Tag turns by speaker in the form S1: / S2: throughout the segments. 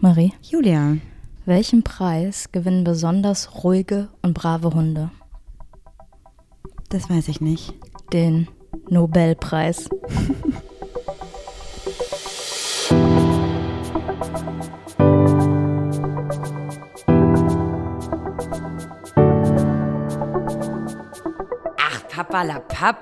S1: Marie,
S2: Julia,
S1: welchen Preis gewinnen besonders ruhige und brave Hunde?
S2: das weiß ich nicht.
S1: Den Nobelpreis.
S3: Ach, Papalapap.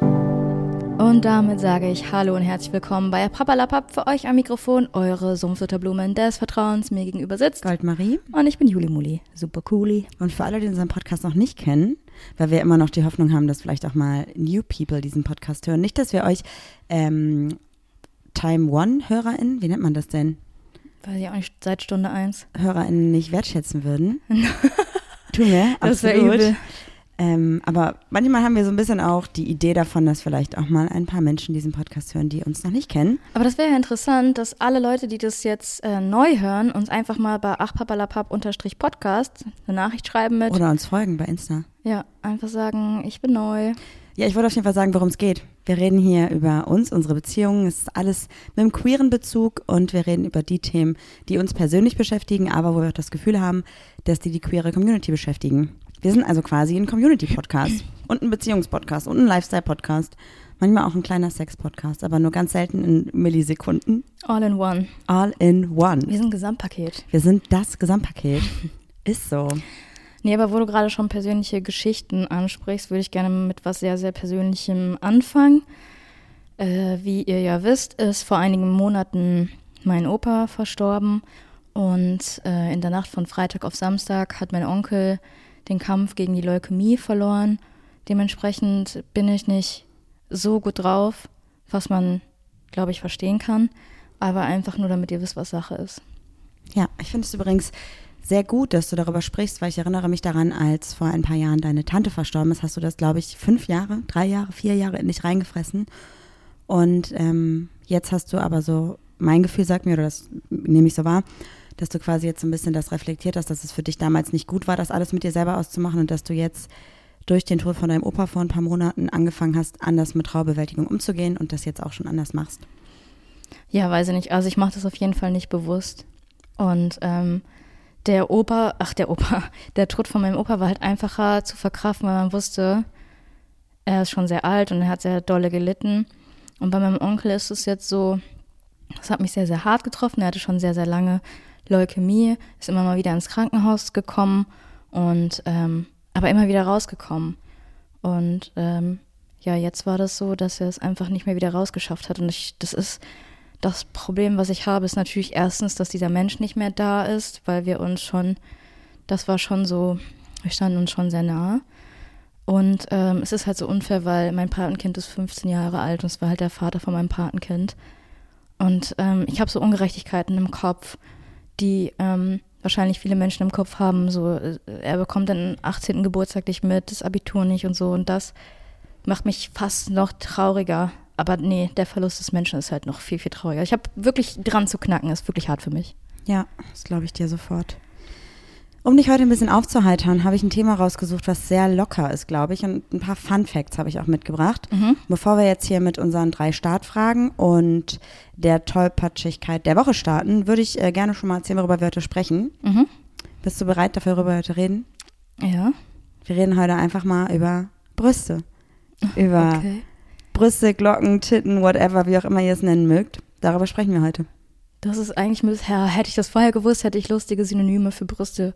S1: Und damit sage ich Hallo und herzlich willkommen bei Papalapap für euch am Mikrofon, eure Sumpfutterblumen des Vertrauens mir gegenüber sitzt.
S2: Goldmarie.
S1: Und ich bin Juli Muli, super cooli.
S2: Und für alle, die unseren Podcast noch nicht kennen, weil wir immer noch die Hoffnung haben, dass vielleicht auch mal New People diesen Podcast hören. Nicht, dass wir euch ähm, Time One-HörerInnen, wie nennt man das denn?
S1: Weiß ich auch nicht, seit Stunde 1.
S2: HörerInnen nicht wertschätzen würden. Tun wir,
S1: Das wär
S2: absolut.
S1: übel.
S2: Ähm, aber manchmal haben wir so ein bisschen auch die Idee davon, dass vielleicht auch mal ein paar Menschen diesen Podcast hören, die uns noch nicht kennen.
S1: Aber das wäre ja interessant, dass alle Leute, die das jetzt äh, neu hören, uns einfach mal bei achpapalapap-podcast eine Nachricht schreiben mit,
S2: Oder uns folgen bei Insta.
S1: ja, einfach sagen, ich bin neu.
S2: Ja, ich wollte auf jeden Fall sagen, worum es geht. Wir reden hier über uns, unsere Beziehungen. Es ist alles mit einem queeren Bezug und wir reden über die Themen, die uns persönlich beschäftigen, aber wo wir auch das Gefühl haben, dass die die queere Community beschäftigen. Wir sind also quasi ein Community-Podcast und ein Beziehungspodcast und ein Lifestyle-Podcast. Manchmal auch ein kleiner Sex-Podcast, aber nur ganz selten in Millisekunden.
S1: All in one.
S2: All in one.
S1: Wir sind ein Gesamtpaket.
S2: Wir sind das Gesamtpaket. Ist so.
S1: Nee, aber wo du gerade schon persönliche Geschichten ansprichst, würde ich gerne mit was sehr, sehr Persönlichem anfangen. Äh, wie ihr ja wisst, ist vor einigen Monaten mein Opa verstorben und äh, in der Nacht von Freitag auf Samstag hat mein Onkel den Kampf gegen die Leukämie verloren. Dementsprechend bin ich nicht so gut drauf, was man, glaube ich, verstehen kann, aber einfach nur, damit ihr wisst, was Sache ist.
S2: Ja, ich finde es übrigens sehr gut, dass du darüber sprichst, weil ich erinnere mich daran, als vor ein paar Jahren deine Tante verstorben ist, hast du das, glaube ich, fünf Jahre, drei Jahre, vier Jahre in dich reingefressen. Und ähm, jetzt hast du aber so, mein Gefühl sagt mir, oder das nehme ich so wahr, dass du quasi jetzt so ein bisschen das reflektiert hast, dass es für dich damals nicht gut war, das alles mit dir selber auszumachen und dass du jetzt durch den Tod von deinem Opa vor ein paar Monaten angefangen hast, anders mit Trauerbewältigung umzugehen und das jetzt auch schon anders machst.
S1: Ja, weiß ich nicht. Also ich mache das auf jeden Fall nicht bewusst. Und ähm, der Opa, ach der Opa, der Tod von meinem Opa war halt einfacher zu verkraften, weil man wusste, er ist schon sehr alt und er hat sehr dolle gelitten. Und bei meinem Onkel ist es jetzt so, das hat mich sehr, sehr hart getroffen. Er hatte schon sehr, sehr lange Leukämie, ist immer mal wieder ins Krankenhaus gekommen und ähm, aber immer wieder rausgekommen. Und ähm, ja, jetzt war das so, dass er es einfach nicht mehr wieder rausgeschafft hat. Und ich, das ist das Problem, was ich habe, ist natürlich erstens, dass dieser Mensch nicht mehr da ist, weil wir uns schon, das war schon so, wir standen uns schon sehr nahe. Und ähm, es ist halt so unfair, weil mein Patenkind ist 15 Jahre alt und es war halt der Vater von meinem Patenkind. Und ähm, ich habe so Ungerechtigkeiten im Kopf, die ähm, wahrscheinlich viele Menschen im Kopf haben. So, äh, er bekommt den 18. Geburtstag nicht mit, das Abitur nicht und so. Und das macht mich fast noch trauriger. Aber nee, der Verlust des Menschen ist halt noch viel, viel trauriger. Ich habe wirklich dran zu knacken, ist wirklich hart für mich.
S2: Ja, das glaube ich dir sofort. Um dich heute ein bisschen aufzuheitern, habe ich ein Thema rausgesucht, was sehr locker ist, glaube ich. Und ein paar Fun Facts habe ich auch mitgebracht.
S1: Mhm.
S2: Bevor wir jetzt hier mit unseren drei Startfragen und der Tollpatschigkeit der Woche starten, würde ich äh, gerne schon mal erzählen, worüber wir heute sprechen. Bist du bereit dafür, worüber wir heute reden?
S1: Mhm. Ja.
S2: Wir reden heute einfach mal über Brüste. Über Brüste, Glocken, Titten, whatever, wie auch immer ihr es nennen mögt. Darüber sprechen wir heute.
S1: Das ist eigentlich mit, ja, hätte ich das vorher gewusst, hätte ich lustige Synonyme für Brüste.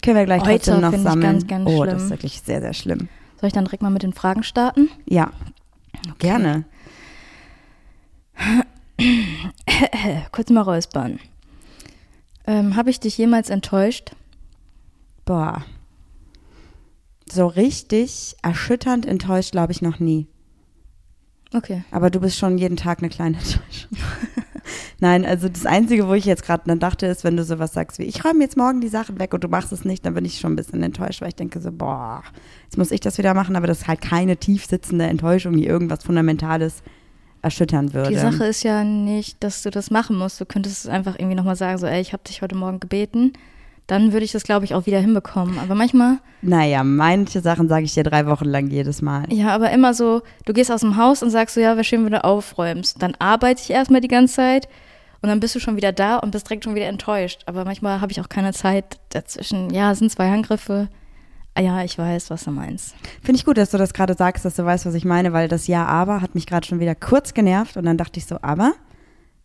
S2: Können wir gleich
S1: Heute
S2: trotzdem noch
S1: finde ich ganz,
S2: sammeln.
S1: ganz
S2: oh, das
S1: schlimm.
S2: ist wirklich sehr, sehr schlimm.
S1: Soll ich dann direkt mal mit den Fragen starten?
S2: Ja. Gerne.
S1: Kurz mal räuspern. Ähm, Habe ich dich jemals enttäuscht?
S2: Boah. So richtig erschütternd enttäuscht, glaube ich, noch nie.
S1: Okay.
S2: Aber du bist schon jeden Tag eine kleine Enttäuschung. Nein, also das Einzige, wo ich jetzt gerade dann dachte, ist, wenn du sowas sagst wie, ich räume jetzt morgen die Sachen weg und du machst es nicht, dann bin ich schon ein bisschen enttäuscht, weil ich denke so, boah, jetzt muss ich das wieder machen, aber das ist halt keine tief sitzende Enttäuschung, die irgendwas Fundamentales erschüttern würde.
S1: Die Sache ist ja nicht, dass du das machen musst. Du könntest es einfach irgendwie nochmal sagen, so, ey, ich habe dich heute Morgen gebeten, dann würde ich das, glaube ich, auch wieder hinbekommen. Aber manchmal,
S2: Naja, manche Sachen sage ich dir drei Wochen lang jedes Mal.
S1: ja, aber immer so, du gehst aus dem Haus und sagst so, ja, wäre schön, wenn du aufräumst. Dann arbeite ich erstmal die ganze Zeit und dann bist du schon wieder da und bist direkt schon wieder enttäuscht. Aber manchmal habe ich auch keine Zeit dazwischen. Ja, es sind zwei Handgriffe. Ah Ja, ich weiß, was du meinst.
S2: Finde ich gut, dass du das gerade sagst, dass du weißt, was ich meine, weil das Ja, aber hat mich gerade schon wieder kurz genervt und dann dachte ich so, aber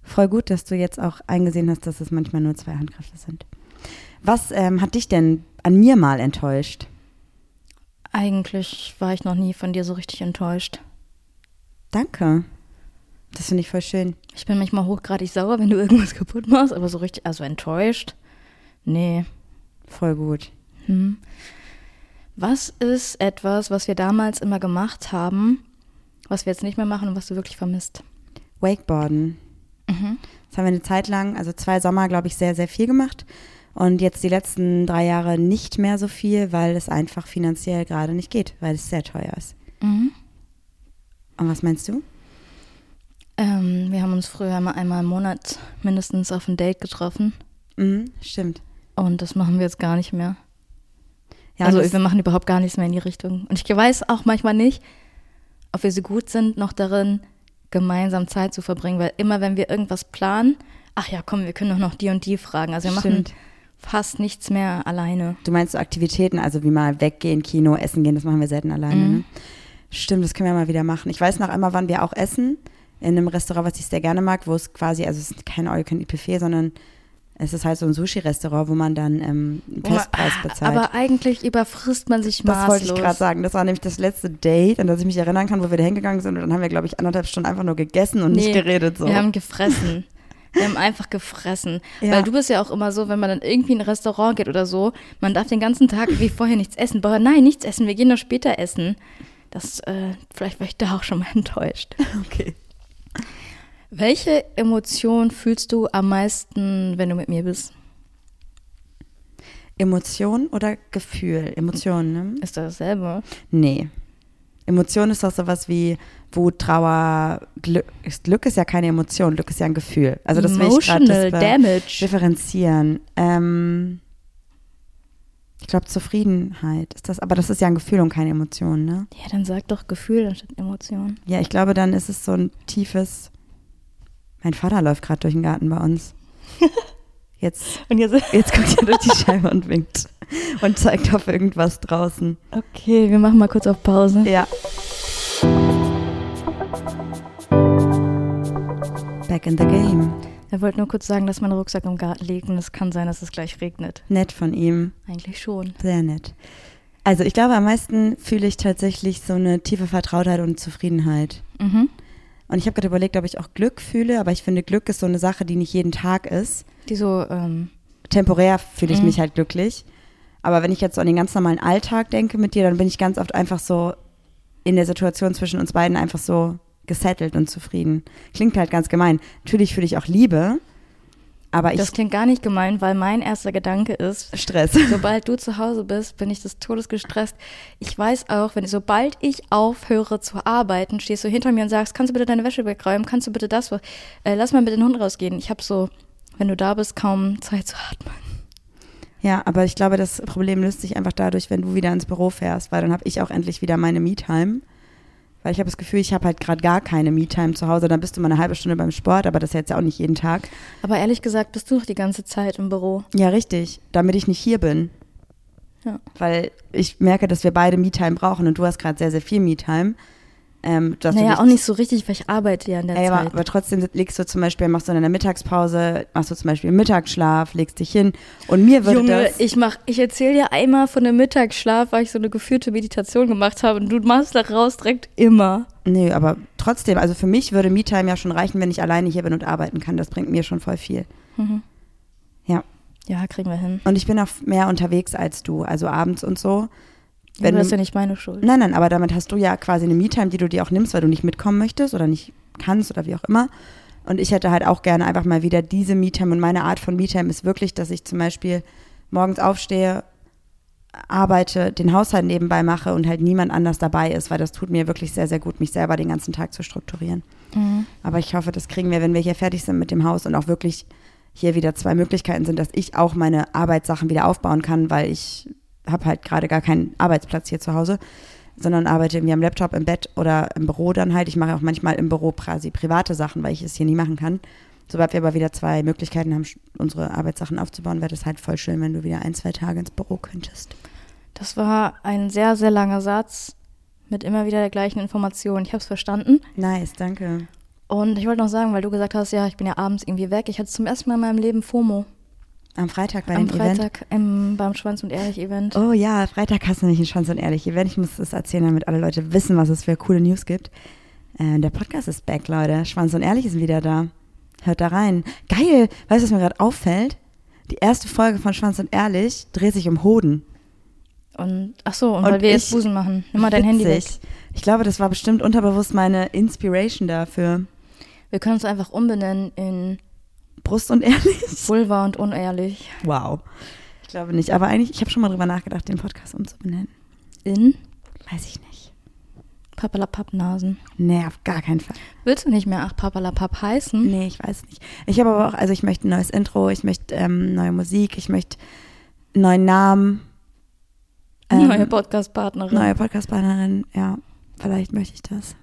S2: voll gut, dass du jetzt auch eingesehen hast, dass es manchmal nur zwei Handgriffe sind. Was ähm, hat dich denn an mir mal enttäuscht?
S1: Eigentlich war ich noch nie von dir so richtig enttäuscht.
S2: Danke. Das finde ich voll schön.
S1: Ich bin manchmal hochgradig sauer, wenn du irgendwas kaputt machst, aber so richtig, also enttäuscht? Nee.
S2: Voll gut.
S1: Hm. Was ist etwas, was wir damals immer gemacht haben, was wir jetzt nicht mehr machen und was du wirklich vermisst?
S2: Wakeboarden. Das haben wir eine Zeit lang, also zwei Sommer, glaube ich, sehr, sehr viel gemacht. Und jetzt die letzten drei Jahre nicht mehr so viel, weil es einfach finanziell gerade nicht geht, weil es sehr teuer ist.
S1: Mhm.
S2: Und was meinst du?
S1: Ähm, wir haben uns früher immer einmal im Monat mindestens auf ein Date getroffen
S2: Mhm, stimmt.
S1: und das machen wir jetzt gar nicht mehr.
S2: Ja,
S1: also
S2: und das-
S1: wir machen überhaupt gar nichts mehr in die Richtung. Und ich weiß auch manchmal nicht, ob wir so gut sind, noch darin gemeinsam Zeit zu verbringen, weil immer wenn wir irgendwas planen, ach ja, komm, wir können doch noch die und die fragen. Also wir
S2: Stimmt.
S1: machen fast nichts mehr alleine.
S2: Du meinst so Aktivitäten, also wie mal weggehen, Kino, essen gehen, das machen wir selten alleine.
S1: Mhm.
S2: Ne? Stimmt, das können wir mal wieder machen. Ich weiß noch einmal, wann wir auch essen, in einem Restaurant, was ich sehr gerne mag, wo es quasi, also es ist kein All-You-Can-Eat-Buffet, sondern es ist halt so ein Sushi-Restaurant, wo man dann ähm, einen
S1: Wo man-
S2: Festpreis
S1: Ah,
S2: bezahlt.
S1: Aber eigentlich überfrisst man sich
S2: das
S1: maßlos.
S2: wollte ich gerade sagen. Das war nämlich das letzte Date, an das ich mich erinnern kann, wo wir da hingegangen sind. Und dann haben wir, glaube ich, anderthalb Stunden einfach nur gegessen und nicht
S1: Nee,
S2: geredet. So.
S1: Wir haben gefressen. Wir haben einfach gefressen.
S2: Ja.
S1: Weil du bist ja auch immer so, wenn man dann irgendwie in ein Restaurant geht oder so, man darf den ganzen Tag wie vorher nichts essen. Boah, nein, nichts essen, wir gehen doch später essen. Das, äh, vielleicht war ich da auch schon mal enttäuscht.
S2: okay.
S1: Welche Emotion fühlst du am meisten, wenn du mit mir bist?
S2: Emotion oder Gefühl? Emotion, ne?
S1: Ist das dasselbe?
S2: Nee. Emotion ist doch sowas wie Wut, Trauer, Glück. Glück ist ja keine Emotion, Glück ist ja ein Gefühl. Also das will ich grad
S1: Emotional
S2: disper-
S1: Damage.
S2: differenzieren. Ähm, ich glaube Zufriedenheit ist das, aber das ist ja ein Gefühl und keine Emotion, ne?
S1: Ja, dann sag doch Gefühl anstatt Emotion.
S2: Ja, ich glaube, dann ist es so ein tiefes. Mein Vater läuft gerade durch den Garten bei uns. Jetzt,
S1: Und jetzt,
S2: jetzt guckt er durch die Scheibe und winkt und zeigt auf irgendwas draußen.
S1: okay, wir machen mal kurz auf Pause.
S2: Ja. Back in the game.
S1: Er wollte nur kurz sagen, dass mein Rucksack im Garten liegt und es kann sein, dass es gleich regnet.
S2: Nett von ihm.
S1: Eigentlich schon.
S2: Sehr nett. Also ich glaube, am meisten fühle ich tatsächlich so eine tiefe Vertrautheit und Zufriedenheit.
S1: Mhm.
S2: Und ich habe gerade überlegt, ob ich auch Glück fühle, aber ich finde, Glück ist so eine Sache, die nicht jeden Tag ist.
S1: Die so, ähm,
S2: Temporär fühle ich
S1: Mhm.
S2: mich halt glücklich. Aber wenn ich jetzt so an den ganz normalen Alltag denke mit dir, dann bin ich ganz oft einfach so in der Situation zwischen uns beiden einfach so gesettelt und zufrieden. Klingt halt ganz gemein. Natürlich fühle ich auch Liebe, aber ich
S1: das klingt gar nicht gemein, weil mein erster Gedanke ist,
S2: Stress.
S1: sobald du zu Hause bist, bin ich des Todes gestresst. Ich weiß auch, wenn sobald ich aufhöre zu arbeiten, stehst du hinter mir und sagst, kannst du bitte deine Wäsche wegräumen, kannst du bitte das, was- äh, lass mal mit den Hund rausgehen. Ich habe so, wenn du da bist, kaum Zeit zu atmen.
S2: Ja, aber ich glaube, das Problem löst sich einfach dadurch, wenn du wieder ins Büro fährst, weil dann habe ich auch endlich wieder meine Me-Time. Weil ich habe das Gefühl, ich habe halt gerade gar keine Me-Time zu Hause. Dann bist du mal eine halbe Stunde beim Sport, aber das ist jetzt ja auch nicht jeden Tag.
S1: Aber ehrlich gesagt, bist du noch die ganze Zeit im Büro.
S2: Ja, richtig, damit ich nicht hier bin.
S1: Ja.
S2: Weil ich merke, dass wir beide Me-Time brauchen und du hast gerade sehr, sehr viel Me-Time. Ähm, dass du
S1: Naja,
S2: dich-
S1: auch nicht so richtig, weil ich arbeite ja in der
S2: Ey, aber,
S1: Zeit.
S2: aber trotzdem legst du zum Beispiel, machst du in der Mittagspause, machst du zum Beispiel Mittagsschlaf, legst dich hin. Und mir würde
S1: Junge,
S2: das.
S1: ich mach, ich erzähle dir einmal von dem Mittagsschlaf, weil ich so eine geführte Meditation gemacht habe und du machst daraus direkt immer.
S2: Nee, aber trotzdem, also für mich würde Me-Time ja schon reichen, wenn ich alleine hier bin und arbeiten kann. Das bringt mir schon voll viel. Ja.
S1: Ja, kriegen wir hin.
S2: Und ich bin auch mehr unterwegs als du, also abends und so.
S1: Wenn
S2: Wenn
S1: das ist
S2: du,
S1: ja nicht meine Schuld.
S2: nein, nein, aber damit hast du ja quasi eine Me-Time, die du dir auch nimmst, weil du nicht mitkommen möchtest oder nicht kannst oder wie auch immer. Und ich hätte halt auch gerne einfach mal wieder diese Me-Time. Und meine Art von Me-Time ist wirklich, dass ich zum Beispiel morgens aufstehe, arbeite, den Haushalt nebenbei mache und halt niemand anders dabei ist, weil das tut mir wirklich sehr, sehr gut, mich selber den ganzen Tag zu strukturieren. Aber ich hoffe, das kriegen wir, wenn wir hier fertig sind mit dem Haus und auch wirklich hier wieder zwei Möglichkeiten sind, dass ich auch meine Arbeitssachen wieder aufbauen kann, weil ich habe halt gerade gar keinen Arbeitsplatz hier zu Hause, sondern arbeite irgendwie am Laptop im Bett oder im Büro dann halt. Ich mache auch manchmal im Büro quasi private Sachen, weil ich es hier nie machen kann. Sobald wir aber wieder zwei Möglichkeiten haben, unsere Arbeitssachen aufzubauen, wäre das halt voll schön, wenn du wieder ein, zwei Tage ins Büro könntest.
S1: Das war ein sehr, sehr langer Satz mit immer wieder der gleichen Information. Ich habe es verstanden.
S2: Nice, danke.
S1: Und ich wollte noch sagen, weil du gesagt hast, ja, ich bin ja abends irgendwie weg. Ich hatte zum ersten Mal in meinem Leben FOMO.
S2: Am Freitag bei
S1: Am
S2: dem Event.
S1: Freitag im, beim Schwanz und Ehrlich-Event.
S2: Oh ja, Freitag hast du nämlich einen Chance und ehrlich Event. Ich muss das erzählen, damit alle Leute wissen, was es für coole News gibt. Äh, der Podcast ist back, Leute. Schwanz und ehrlich ist wieder da. Hört da rein. Geil! Weißt du, was mir gerade auffällt? Die erste Folge von Schwanz und ehrlich dreht sich um Hoden.
S1: Und ach so, und,
S2: Und
S1: weil wir jetzt
S2: ich-
S1: Busen machen. Nimm mal dein Handy weg.
S2: Witzig. Ich glaube, das war bestimmt unterbewusst meine Inspiration dafür.
S1: Wir können uns einfach umbenennen in
S2: Brust und ehrlich.
S1: Vulva und Unehrlich.
S2: Wow. Ich glaube nicht, aber eigentlich, ich habe schon mal drüber nachgedacht, den Podcast umzubenennen.
S1: In
S2: Weiß ich nicht.
S1: Papalapappnasen.
S2: Nee, auf gar keinen Fall.
S1: Willst du nicht mehr Ach Papalapapp heißen?
S2: Nee, ich weiß nicht. Ich habe aber auch, also ich möchte ein neues Intro, ich möchte ähm, neue Musik, ich möchte einen neuen Namen.
S1: Neue Podcast-Partnerin.
S2: Ähm, neue Podcast-Partnerin, ja, vielleicht möchte ich das.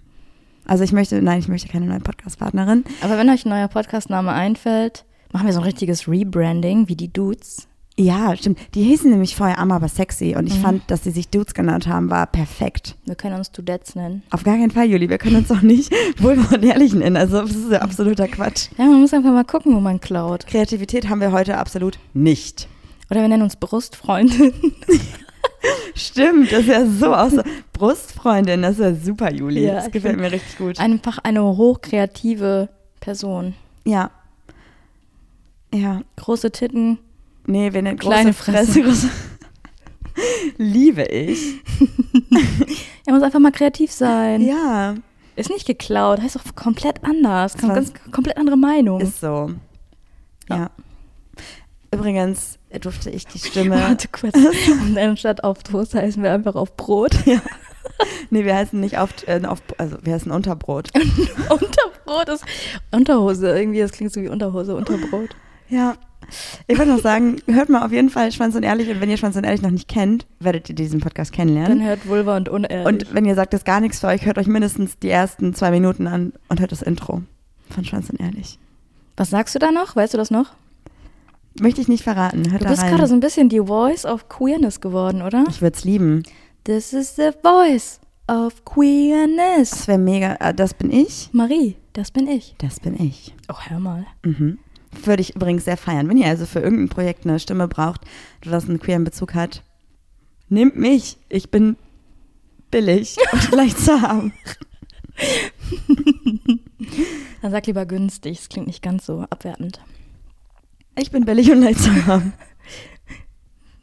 S2: Also ich möchte, nein, ich möchte keine neue Podcast-Partnerin.
S1: Aber wenn euch ein neuer Podcast-Name einfällt, machen wir so ein richtiges Rebranding wie die Dudes.
S2: Ja, stimmt. Die hießen nämlich vorher Arm, aber sexy
S1: Mhm.
S2: und ich fand, dass sie sich Dudes genannt haben, war perfekt.
S1: Wir können uns Dudettes nennen.
S2: Auf gar keinen Fall, Juli, wir können uns auch nicht wohl und ehrlich nennen, also das ist ja absoluter Quatsch.
S1: Ja, man muss einfach mal gucken, wo man klaut.
S2: Kreativität haben wir heute absolut nicht.
S1: Oder wir nennen uns Brustfreundin.
S2: Stimmt, das ist ja so aus. Brustfreundin, das ist ja super, Juli.
S1: Ja,
S2: das
S1: ich
S2: gefällt
S1: bin-
S2: mir richtig gut.
S1: Einfach eine hochkreative Person.
S2: Ja. Ja.
S1: Große Titten.
S2: Nee, wenn eine große
S1: Kleine Fresse.
S2: Fresse. Große Liebe ich.
S1: Er muss einfach mal kreativ sein.
S2: Ja,
S1: Ist nicht geklaut, heißt doch komplett anders. Kommt
S2: war-
S1: ganz komplett andere Meinung.
S2: ist so. Ja. Übrigens äh, durfte ich die Stimme.
S1: Warte kurz. Und anstatt auf Toast heißen wir einfach auf Brot. Ja.
S2: nee, wir heißen nicht auf, äh, auf also wir heißen Unterbrot.
S1: Unterbrot ist Unterhose. Irgendwie, das klingt so wie Unterhose, Unterbrot.
S2: Ja. Ich wollte noch sagen, hört mal auf jeden Fall Schwanz und Ehrlich. Und wenn ihr Schwanz und Ehrlich noch nicht kennt, werdet ihr diesen Podcast kennenlernen.
S1: Dann hört Vulva und äh, Unehrlich.
S2: Und wenn ihr sagt, das ist gar nichts für euch, hört euch mindestens die ersten zwei Minuten an und hört das Intro von Schwanz und Ehrlich.
S1: was sagst du da noch? Weißt du das noch?
S2: Möchte ich nicht verraten. Hört
S1: Du
S2: da
S1: bist
S2: rein.
S1: gerade so ein bisschen die Voice of Queerness geworden, oder?
S2: ich würde es lieben.
S1: This is the voice of Queerness.
S2: Das wäre mega. Äh, Das bin ich.
S1: Marie, das bin ich.
S2: Das bin ich.
S1: Oh, hör mal.
S2: Mhm. Würde ich übrigens sehr feiern. Wenn ihr also für irgendein Projekt eine Stimme braucht, das einen queeren Bezug hat, nehmt mich. Ich bin billig und leicht zu haben.
S1: Dann sag lieber günstig. Es klingt nicht ganz so abwertend.
S2: Ich bin billig und leicht zu haben.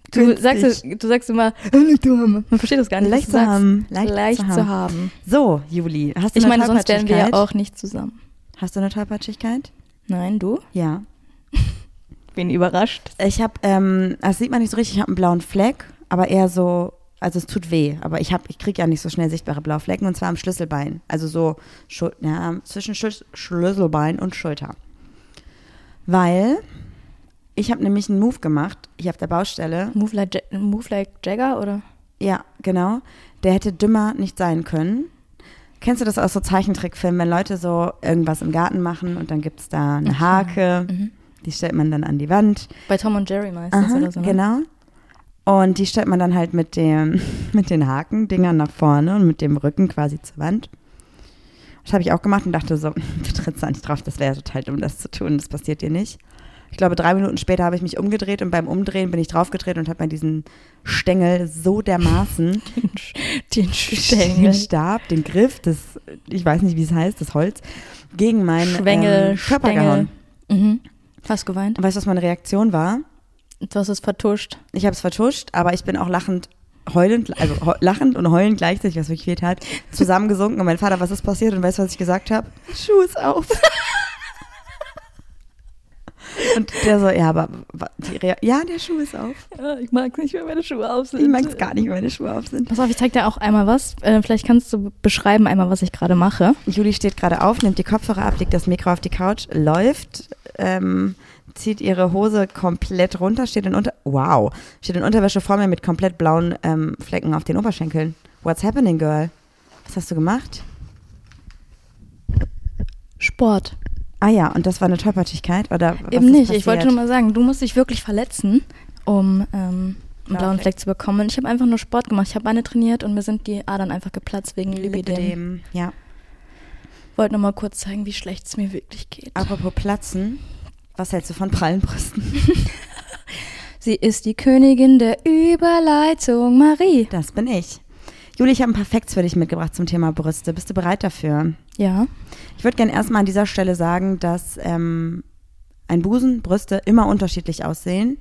S1: Du
S2: Günstig.
S1: sagst, du sagst immer, leicht zu haben. Man versteht das gar nicht.
S2: Leicht zu
S1: was du sagst.
S2: haben. Leicht,
S1: Leicht
S2: zu
S1: zu
S2: haben.
S1: haben.
S2: So, Juli, hast du
S1: Ich
S2: eine
S1: meine, sonst wären wir ja
S2: Tollpatschigkeit?
S1: auch nicht zusammen.
S2: Hast du eine Tollpatschigkeit?
S1: Nein, du?
S2: Ja.
S1: Bin überrascht.
S2: Ich habe, ähm, das sieht man nicht so richtig, ich habe einen blauen Fleck, aber eher so, also es tut weh, aber ich habe, ich kriege ja nicht so schnell sichtbare blaue Flecken und zwar am Schlüsselbein, also so Schul ja, zwischen Schüs- Schlüsselbein und Schulter. Weil ich habe nämlich einen Move gemacht, hier auf der Baustelle,
S1: Move like, Ja- Move like Jagger oder?
S2: ja, genau, der hätte dümmer nicht sein können. Kennst du das aus so Zeichentrickfilmen, wenn Leute so irgendwas im Garten machen und dann gibt es da eine Hake, die stellt man dann an die Wand
S1: Mhm. Bei Tom und Jerry meistens
S2: Aha,
S1: oder so. Ne?
S2: Genau. Und die stellt man dann halt mit, dem, mit den Hakendingern nach vorne und mit dem Rücken quasi zur Wand. Das habe ich auch gemacht und dachte so, du trittst da nicht drauf, das wäre total dumm, das zu tun, das passiert dir nicht. Ich glaube, drei Minuten später habe ich mich umgedreht und beim Umdrehen bin ich draufgetreten und habe mir diesen Stängel so dermaßen,
S1: Den
S2: den
S1: Stängel.
S2: Stab, den Griff, das, ich weiß nicht, wie es heißt, das Holz, gegen meinen
S1: Schwengel,
S2: ähm, Körper
S1: Stängel.
S2: gehauen.
S1: Mhm. Hast geweint?
S2: Und weißt du, was meine Reaktion war?
S1: Du hast es vertuscht.
S2: Ich habe es vertuscht, aber ich bin auch lachend, heulend, also heu- lachend und heulend gleichzeitig, was mich fehlt hat, zusammengesunken. Und mein Vater, was ist passiert? Und weißt du, was ich gesagt habe? Schuh ist auf. und der so, ja, aber wa- die Rea ja, der Schuh ist auf.
S1: ich mag es nicht, wenn meine Schuhe auf
S2: Ich mag es gar nicht, wenn meine Schuhe auf sind.
S1: Pass auf, ich zeig dir auch einmal was. Äh, vielleicht kannst du beschreiben einmal, was ich gerade mache.
S2: Juli steht gerade auf, nimmt die Kopfhörer ab, legt das Mikro auf die Couch, läuft ähm, zieht ihre Hose komplett runter, steht in Unter wow, steht in Unterwäsche vor mir mit komplett blauen ähm, Flecken auf den Oberschenkeln. What's happening, girl? Was hast du gemacht?
S1: Sport.
S2: Ah ja, und das war eine Tollpatschigkeit oder was
S1: Eben
S2: ist
S1: nicht. Ich
S2: passiert?
S1: wollte nur mal sagen, du musst dich wirklich verletzen, um ähm, einen
S2: Blauen
S1: blauen
S2: Fleck.
S1: Fleck zu bekommen. Ich habe einfach nur Sport gemacht. Ich habe Beine trainiert und mir sind die Adern einfach geplatzt wegen Lipidem.
S2: Lipidem. Ja.
S1: Wollte nur mal kurz zeigen, wie schlecht es mir wirklich geht.
S2: Apropos Platzen, was hältst du von prallen Brüsten?
S1: Sie ist die Königin der Überleitung, Marie.
S2: Das bin ich. Juli, ich habe ein paar Facts für dich mitgebracht zum Thema Brüste. Bist du bereit dafür?
S1: Ja.
S2: Ich würde gerne erstmal an dieser Stelle sagen, dass ähm, ein Busen, Brüste immer unterschiedlich aussehen.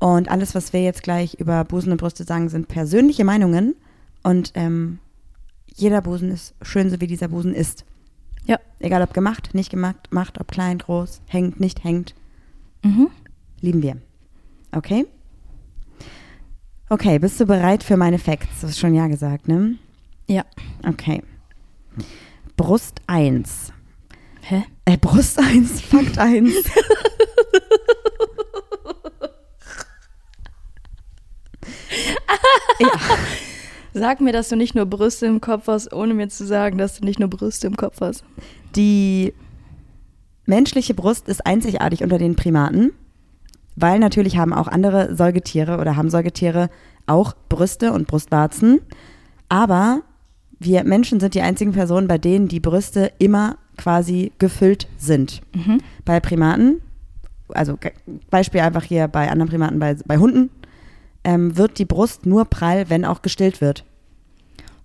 S2: Und alles, was wir jetzt gleich über Busen und Brüste sagen, sind persönliche Meinungen. Und ähm, jeder Busen ist schön, so wie dieser Busen ist.
S1: Ja.
S2: Egal ob gemacht, nicht gemacht, macht, ob klein, groß, hängt, nicht hängt.
S1: Mhm.
S2: Lieben wir. Okay? Okay, bist du bereit für meine Facts? Du hast schon ja gesagt, ne?
S1: Ja.
S2: Okay. Brust 1.
S1: Hä?
S2: Äh, Brust 1, Fakt 1.
S1: Sag mir, dass du nicht nur Brüste im Kopf hast, ohne mir zu sagen, dass du nicht nur Brüste im Kopf hast.
S2: Die menschliche Brust ist einzigartig unter den Primaten, weil natürlich haben auch andere Säugetiere oder haben Säugetiere auch Brüste und Brustwarzen. Aber wir Menschen sind die einzigen Personen, bei denen die Brüste immer quasi gefüllt sind. Bei Primaten, also ge- Beispiel einfach hier bei anderen Primaten, bei, bei Hunden, ähm, wird die Brust nur prall, wenn auch gestillt wird.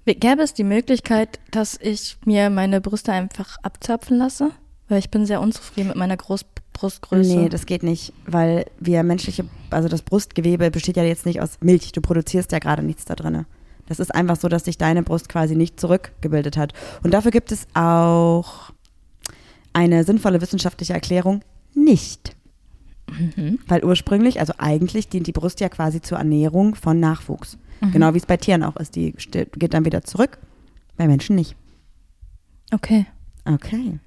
S1: Gäbe es die Möglichkeit, dass ich mir meine Brüste einfach abzapfen lasse? Weil ich bin sehr unzufrieden mit meiner Groß Brustgröße.
S2: Nee, das geht nicht, weil wir menschliche, also das Brustgewebe besteht ja jetzt nicht aus Milch. Du produzierst ja gerade nichts da drinne. Das ist einfach so, dass sich deine Brust quasi nicht zurückgebildet hat. Und dafür gibt es auch eine sinnvolle wissenschaftliche Erklärung nicht.
S1: Mhm.
S2: Weil ursprünglich, also eigentlich dient die Brust ja quasi zur Ernährung von Nachwuchs.
S1: Mhm.
S2: Genau wie es bei Tieren auch ist. Die still- geht dann wieder zurück, bei Menschen nicht.
S1: okay.
S2: Okay.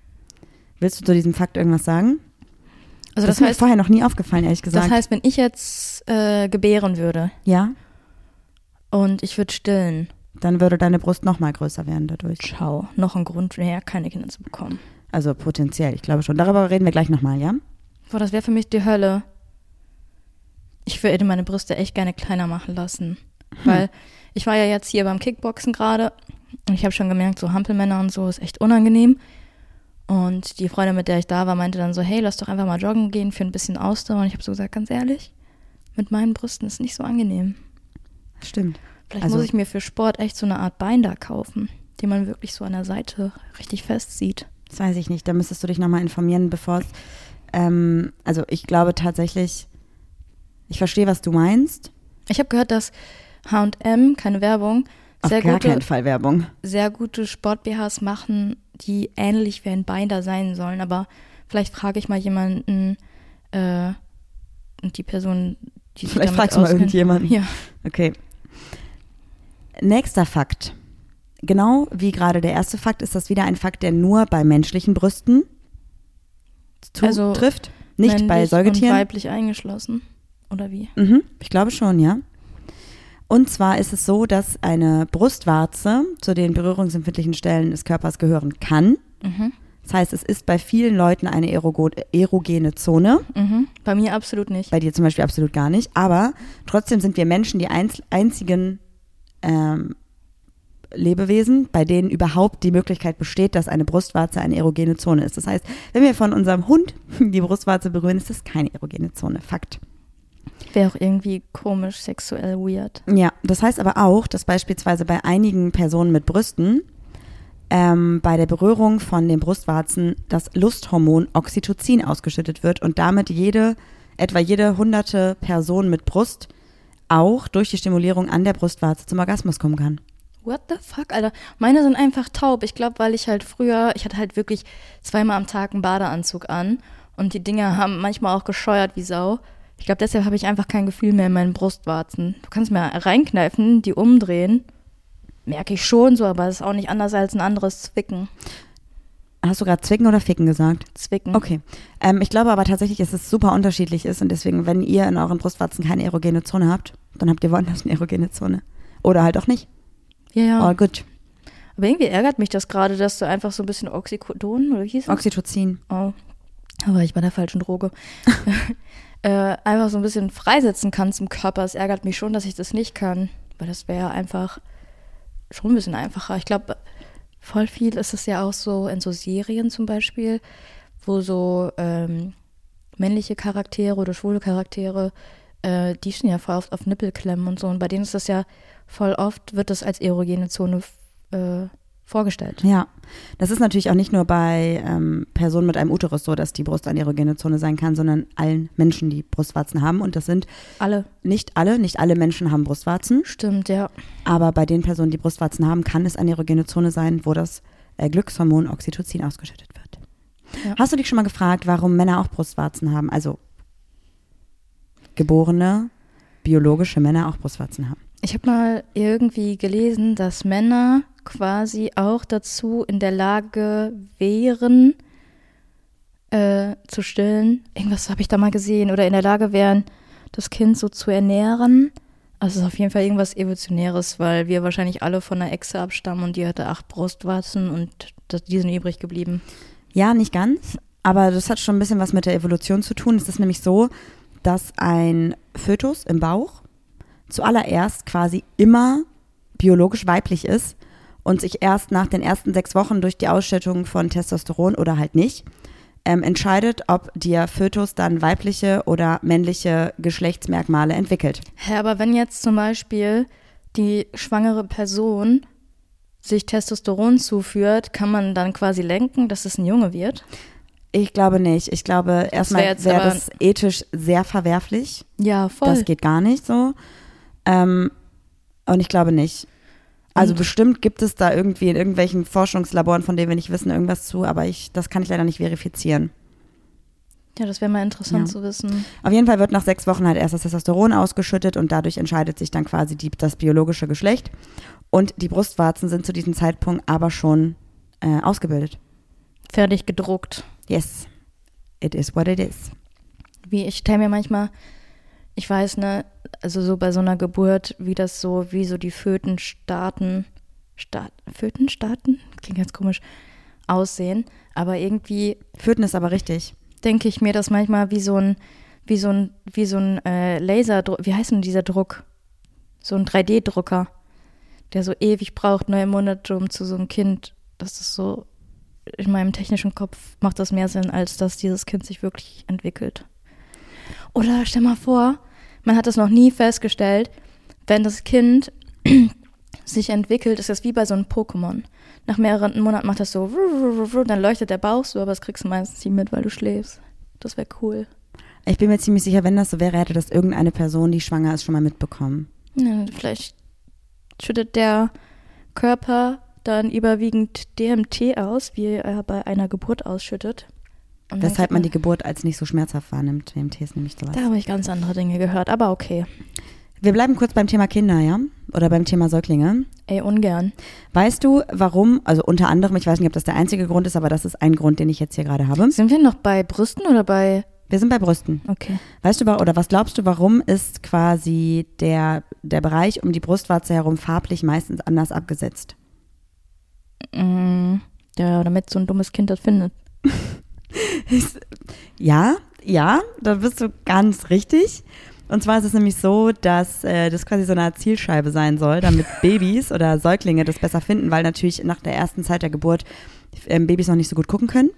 S2: Willst du zu diesem Fakt irgendwas sagen?
S1: Also
S2: das
S1: das,
S2: ist mir
S1: heißt,
S2: vorher noch nie aufgefallen, ehrlich gesagt.
S1: das heißt, wenn ich jetzt äh, gebären würde
S2: Ja,
S1: und ich würde stillen,
S2: dann würde deine Brust noch mal größer werden dadurch.
S1: ciao, noch ein Grund mehr, keine Kinder zu bekommen.
S2: Also potenziell, ich glaube schon. Darüber reden wir gleich noch mal, ja?
S1: Boah, das wäre für mich die Hölle. Ich würde meine Brüste echt gerne kleiner machen lassen.
S2: Hm.
S1: Weil ich war ja jetzt hier beim Kickboxen gerade und ich habe schon gemerkt, so Hampelmänner und so ist echt unangenehm. Und die Freundin, mit der ich da war, meinte dann so, hey, lass doch einfach mal joggen gehen für ein bisschen Ausdauer. Und ich habe so gesagt, ganz ehrlich, mit meinen Brüsten ist nicht so angenehm.
S2: Stimmt.
S1: Vielleicht
S2: Also-
S1: muss ich mir für Sport echt so eine Art Binder kaufen, die man wirklich so an der Seite richtig fest sieht.
S2: Das weiß ich nicht. Da müsstest du dich noch mal informieren, bevor es. Ähm, also ich glaube tatsächlich, ich verstehe, was du meinst.
S1: Ich habe gehört, dass H&M, keine Werbung,
S2: Auf
S1: sehr
S2: gar
S1: gute
S2: keinen Fall Werbung.
S1: sehr gute Sport-BHs machen, die ähnlich wie ein Binder sein sollen. Aber vielleicht frage ich mal jemanden äh, und die Person, die sich
S2: Vielleicht
S1: damit
S2: fragst du mal
S1: auskennt.
S2: irgendjemanden.
S1: Ja.
S2: Okay. Nächster Fakt. Genau wie gerade der erste Fakt ist das wieder ein Fakt, der nur bei menschlichen Brüsten
S1: Also
S2: zutrifft, nicht bei
S1: Männlich
S2: Säugetieren.
S1: Und weiblich eingeschlossen. Oder wie?
S2: Mhm, ich glaube schon, ja. Und zwar ist es so, dass eine Brustwarze zu den berührungsempfindlichen Stellen des Körpers gehören kann.
S1: Mhm.
S2: Das heißt, es ist bei vielen Leuten eine erogo- erogene Zone.
S1: Mhm. Bei mir absolut nicht.
S2: Bei dir zum Beispiel absolut gar nicht. Aber trotzdem sind wir Menschen die einz einzigen ähm, Lebewesen, bei denen überhaupt die Möglichkeit besteht, dass eine Brustwarze eine erogene Zone ist. Das heißt, wenn wir von unserem Hund die Brustwarze berühren, ist das keine erogene Zone. Fakt.
S1: Wäre auch irgendwie komisch, sexuell weird.
S2: Ja, das heißt aber auch, dass beispielsweise bei einigen Personen mit Brüsten ähm, bei der Berührung von den Brustwarzen das Lusthormon Oxytocin ausgeschüttet wird und damit jede, etwa jede hunderte Person mit Brust auch durch die Stimulierung an der Brustwarze zum Orgasmus kommen kann.
S1: What the fuck, Alter? Meine sind einfach taub. Ich glaube, weil ich halt früher, ich hatte halt wirklich zweimal am Tag einen Badeanzug an und die Dinger haben manchmal auch gescheuert wie Sau. Ich glaube, deshalb habe ich einfach kein Gefühl mehr in meinen Brustwarzen. Du kannst mir reinkneifen, die umdrehen. Merke ich schon so, aber es ist auch nicht anders als ein anderes Zwicken.
S2: Hast du gerade zwicken oder ficken gesagt?
S1: Zwicken.
S2: Okay. Ähm, ich glaube aber tatsächlich, dass es super unterschiedlich ist und deswegen, wenn ihr in euren Brustwarzen keine erogene Zone habt, dann habt ihr woanders eine erogene Zone. Oder halt auch nicht.
S1: Ja, ja.
S2: All good.
S1: Aber irgendwie ärgert mich das gerade, dass du einfach so ein bisschen Oxycodon oder wie hieß das?
S2: Oxytocin.
S1: Oh. Aber ich bei der falschen Droge. äh, einfach so ein bisschen freisetzen kannst im Körper. Es ärgert mich schon, dass ich das nicht kann. Weil das wäre einfach schon ein bisschen einfacher. Ich glaube, voll viel ist es ja auch so in so Serien zum Beispiel, wo so ähm, männliche Charaktere oder schwule Charaktere, äh, die stehen ja voll oft auf Nippelklemmen und so. Und bei denen ist das ja voll oft, wird das als erogene Zone äh, vorgestellt.
S2: Ja, das ist natürlich auch nicht nur bei ähm, Personen mit einem Uterus so, dass die Brust eine erogene Zone sein kann, sondern allen Menschen, die Brustwarzen haben. Und das sind
S1: Alle.
S2: nicht alle, nicht alle Menschen haben Brustwarzen.
S1: Stimmt, ja.
S2: Aber bei den Personen, die Brustwarzen haben, kann es eine erogene Zone sein, wo das äh, Glückshormon Oxytocin ausgeschüttet wird.
S1: Ja.
S2: Hast du dich schon mal gefragt, warum Männer auch Brustwarzen haben? Also geborene, biologische Männer auch Brustwarzen haben.
S1: Ich habe mal irgendwie gelesen, dass Männer quasi auch dazu in der Lage wären, äh, zu stillen. Irgendwas habe ich da mal gesehen. Oder in der Lage wären, das Kind so zu ernähren. Also es ist auf jeden Fall irgendwas Evolutionäres, weil wir wahrscheinlich alle von einer Echse abstammen und die hatte acht Brustwarzen und das, die sind übrig geblieben.
S2: Ja, nicht ganz, aber das hat schon ein bisschen was mit der Evolution zu tun. Es ist nämlich so, dass ein Fötus im Bauch zuallererst quasi immer biologisch weiblich ist und sich erst nach den ersten sechs Wochen durch die Ausschüttung von Testosteron oder halt nicht ähm, entscheidet, ob der Fötus dann weibliche oder männliche Geschlechtsmerkmale entwickelt.
S1: Hä, aber wenn jetzt zum Beispiel die schwangere Person sich Testosteron zuführt, kann man dann quasi lenken, dass es ein Junge wird?
S2: Ich glaube nicht. Ich glaube, erstmal
S1: jetzt
S2: wäre
S1: aber-
S2: das ethisch sehr verwerflich.
S1: Ja, voll.
S2: Das geht gar nicht so. Ähm, und ich glaube nicht. Also
S1: Und-
S2: bestimmt gibt es da irgendwie in irgendwelchen Forschungslaboren, von denen wir nicht wissen, irgendwas zu, aber ich, das kann ich leider nicht verifizieren.
S1: ja, das wäre mal interessant
S2: Ja.
S1: zu wissen.
S2: Auf jeden Fall wird nach sechs Wochen halt erst das Testosteron ausgeschüttet und dadurch entscheidet sich dann quasi die, das biologische Geschlecht. Und die Brustwarzen sind zu diesem Zeitpunkt aber schon äh, ausgebildet.
S1: Fertig gedruckt.
S2: Yes. It is what it is.
S1: Wie ich stelle mir manchmal, ich weiß ne, also so bei so einer Geburt, wie das so, wie so die Föten starten, start, Föten starten? Klingt ganz komisch, aussehen. Aber irgendwie
S2: Führten ist aber richtig.
S1: denke ich mir das manchmal wie so ein, wie so ein, wie so ein äh, Laserdruck, wie heißt denn dieser Druck? So ein 3D-Drucker, der so ewig braucht, neun Monate, um zu so einem Kind, das ist so, in meinem technischen Kopf macht das mehr Sinn, als dass dieses Kind sich wirklich entwickelt. Oder stell mal vor, man hat das noch nie festgestellt, wenn das Kind sich entwickelt, ist das wie bei so einem Pokémon. Nach mehreren Monaten macht das so, wuh, wuh, wuh, wuh, dann leuchtet der Bauch so, aber das kriegst du meistens nie mit, weil du schläfst. Das wäre cool.
S2: Ich bin mir ziemlich sicher, wenn das so wäre, hätte das irgendeine Person, die schwanger ist, schon mal mitbekommen.
S1: Ja, vielleicht schüttet der Körper dann überwiegend DMT aus, wie er bei einer Geburt ausschüttet. Und dann
S2: Weshalb
S1: kriegt
S2: man die Geburt als nicht so schmerzhaft wahrnimmt. DMT ist nämlich sowas.
S1: Da habe ich ganz andere Dinge gehört, aber okay.
S2: Wir bleiben kurz beim Thema Kinder, ja? Oder beim Thema Säuglinge.
S1: Ey, ungern.
S2: Weißt du, warum, also unter anderem, ich weiß nicht, ob das der einzige Grund ist, aber das ist ein Grund, den ich jetzt hier gerade habe.
S1: Sind wir noch bei Brüsten oder bei.
S2: Wir sind bei Brüsten.
S1: Okay.
S2: Weißt du, wa- oder was glaubst du, warum ist quasi der, der Bereich um die Brustwarze herum farblich meistens anders abgesetzt?
S1: Mm, ja, damit so ein dummes Kind das findet.
S2: Ja, ja, da bist du ganz richtig. Und zwar ist es nämlich so, dass äh, das quasi so eine Art Zielscheibe sein soll, damit Babys oder Säuglinge das besser finden, weil natürlich nach der ersten Zeit der Geburt ähm, Babys noch nicht so gut gucken können.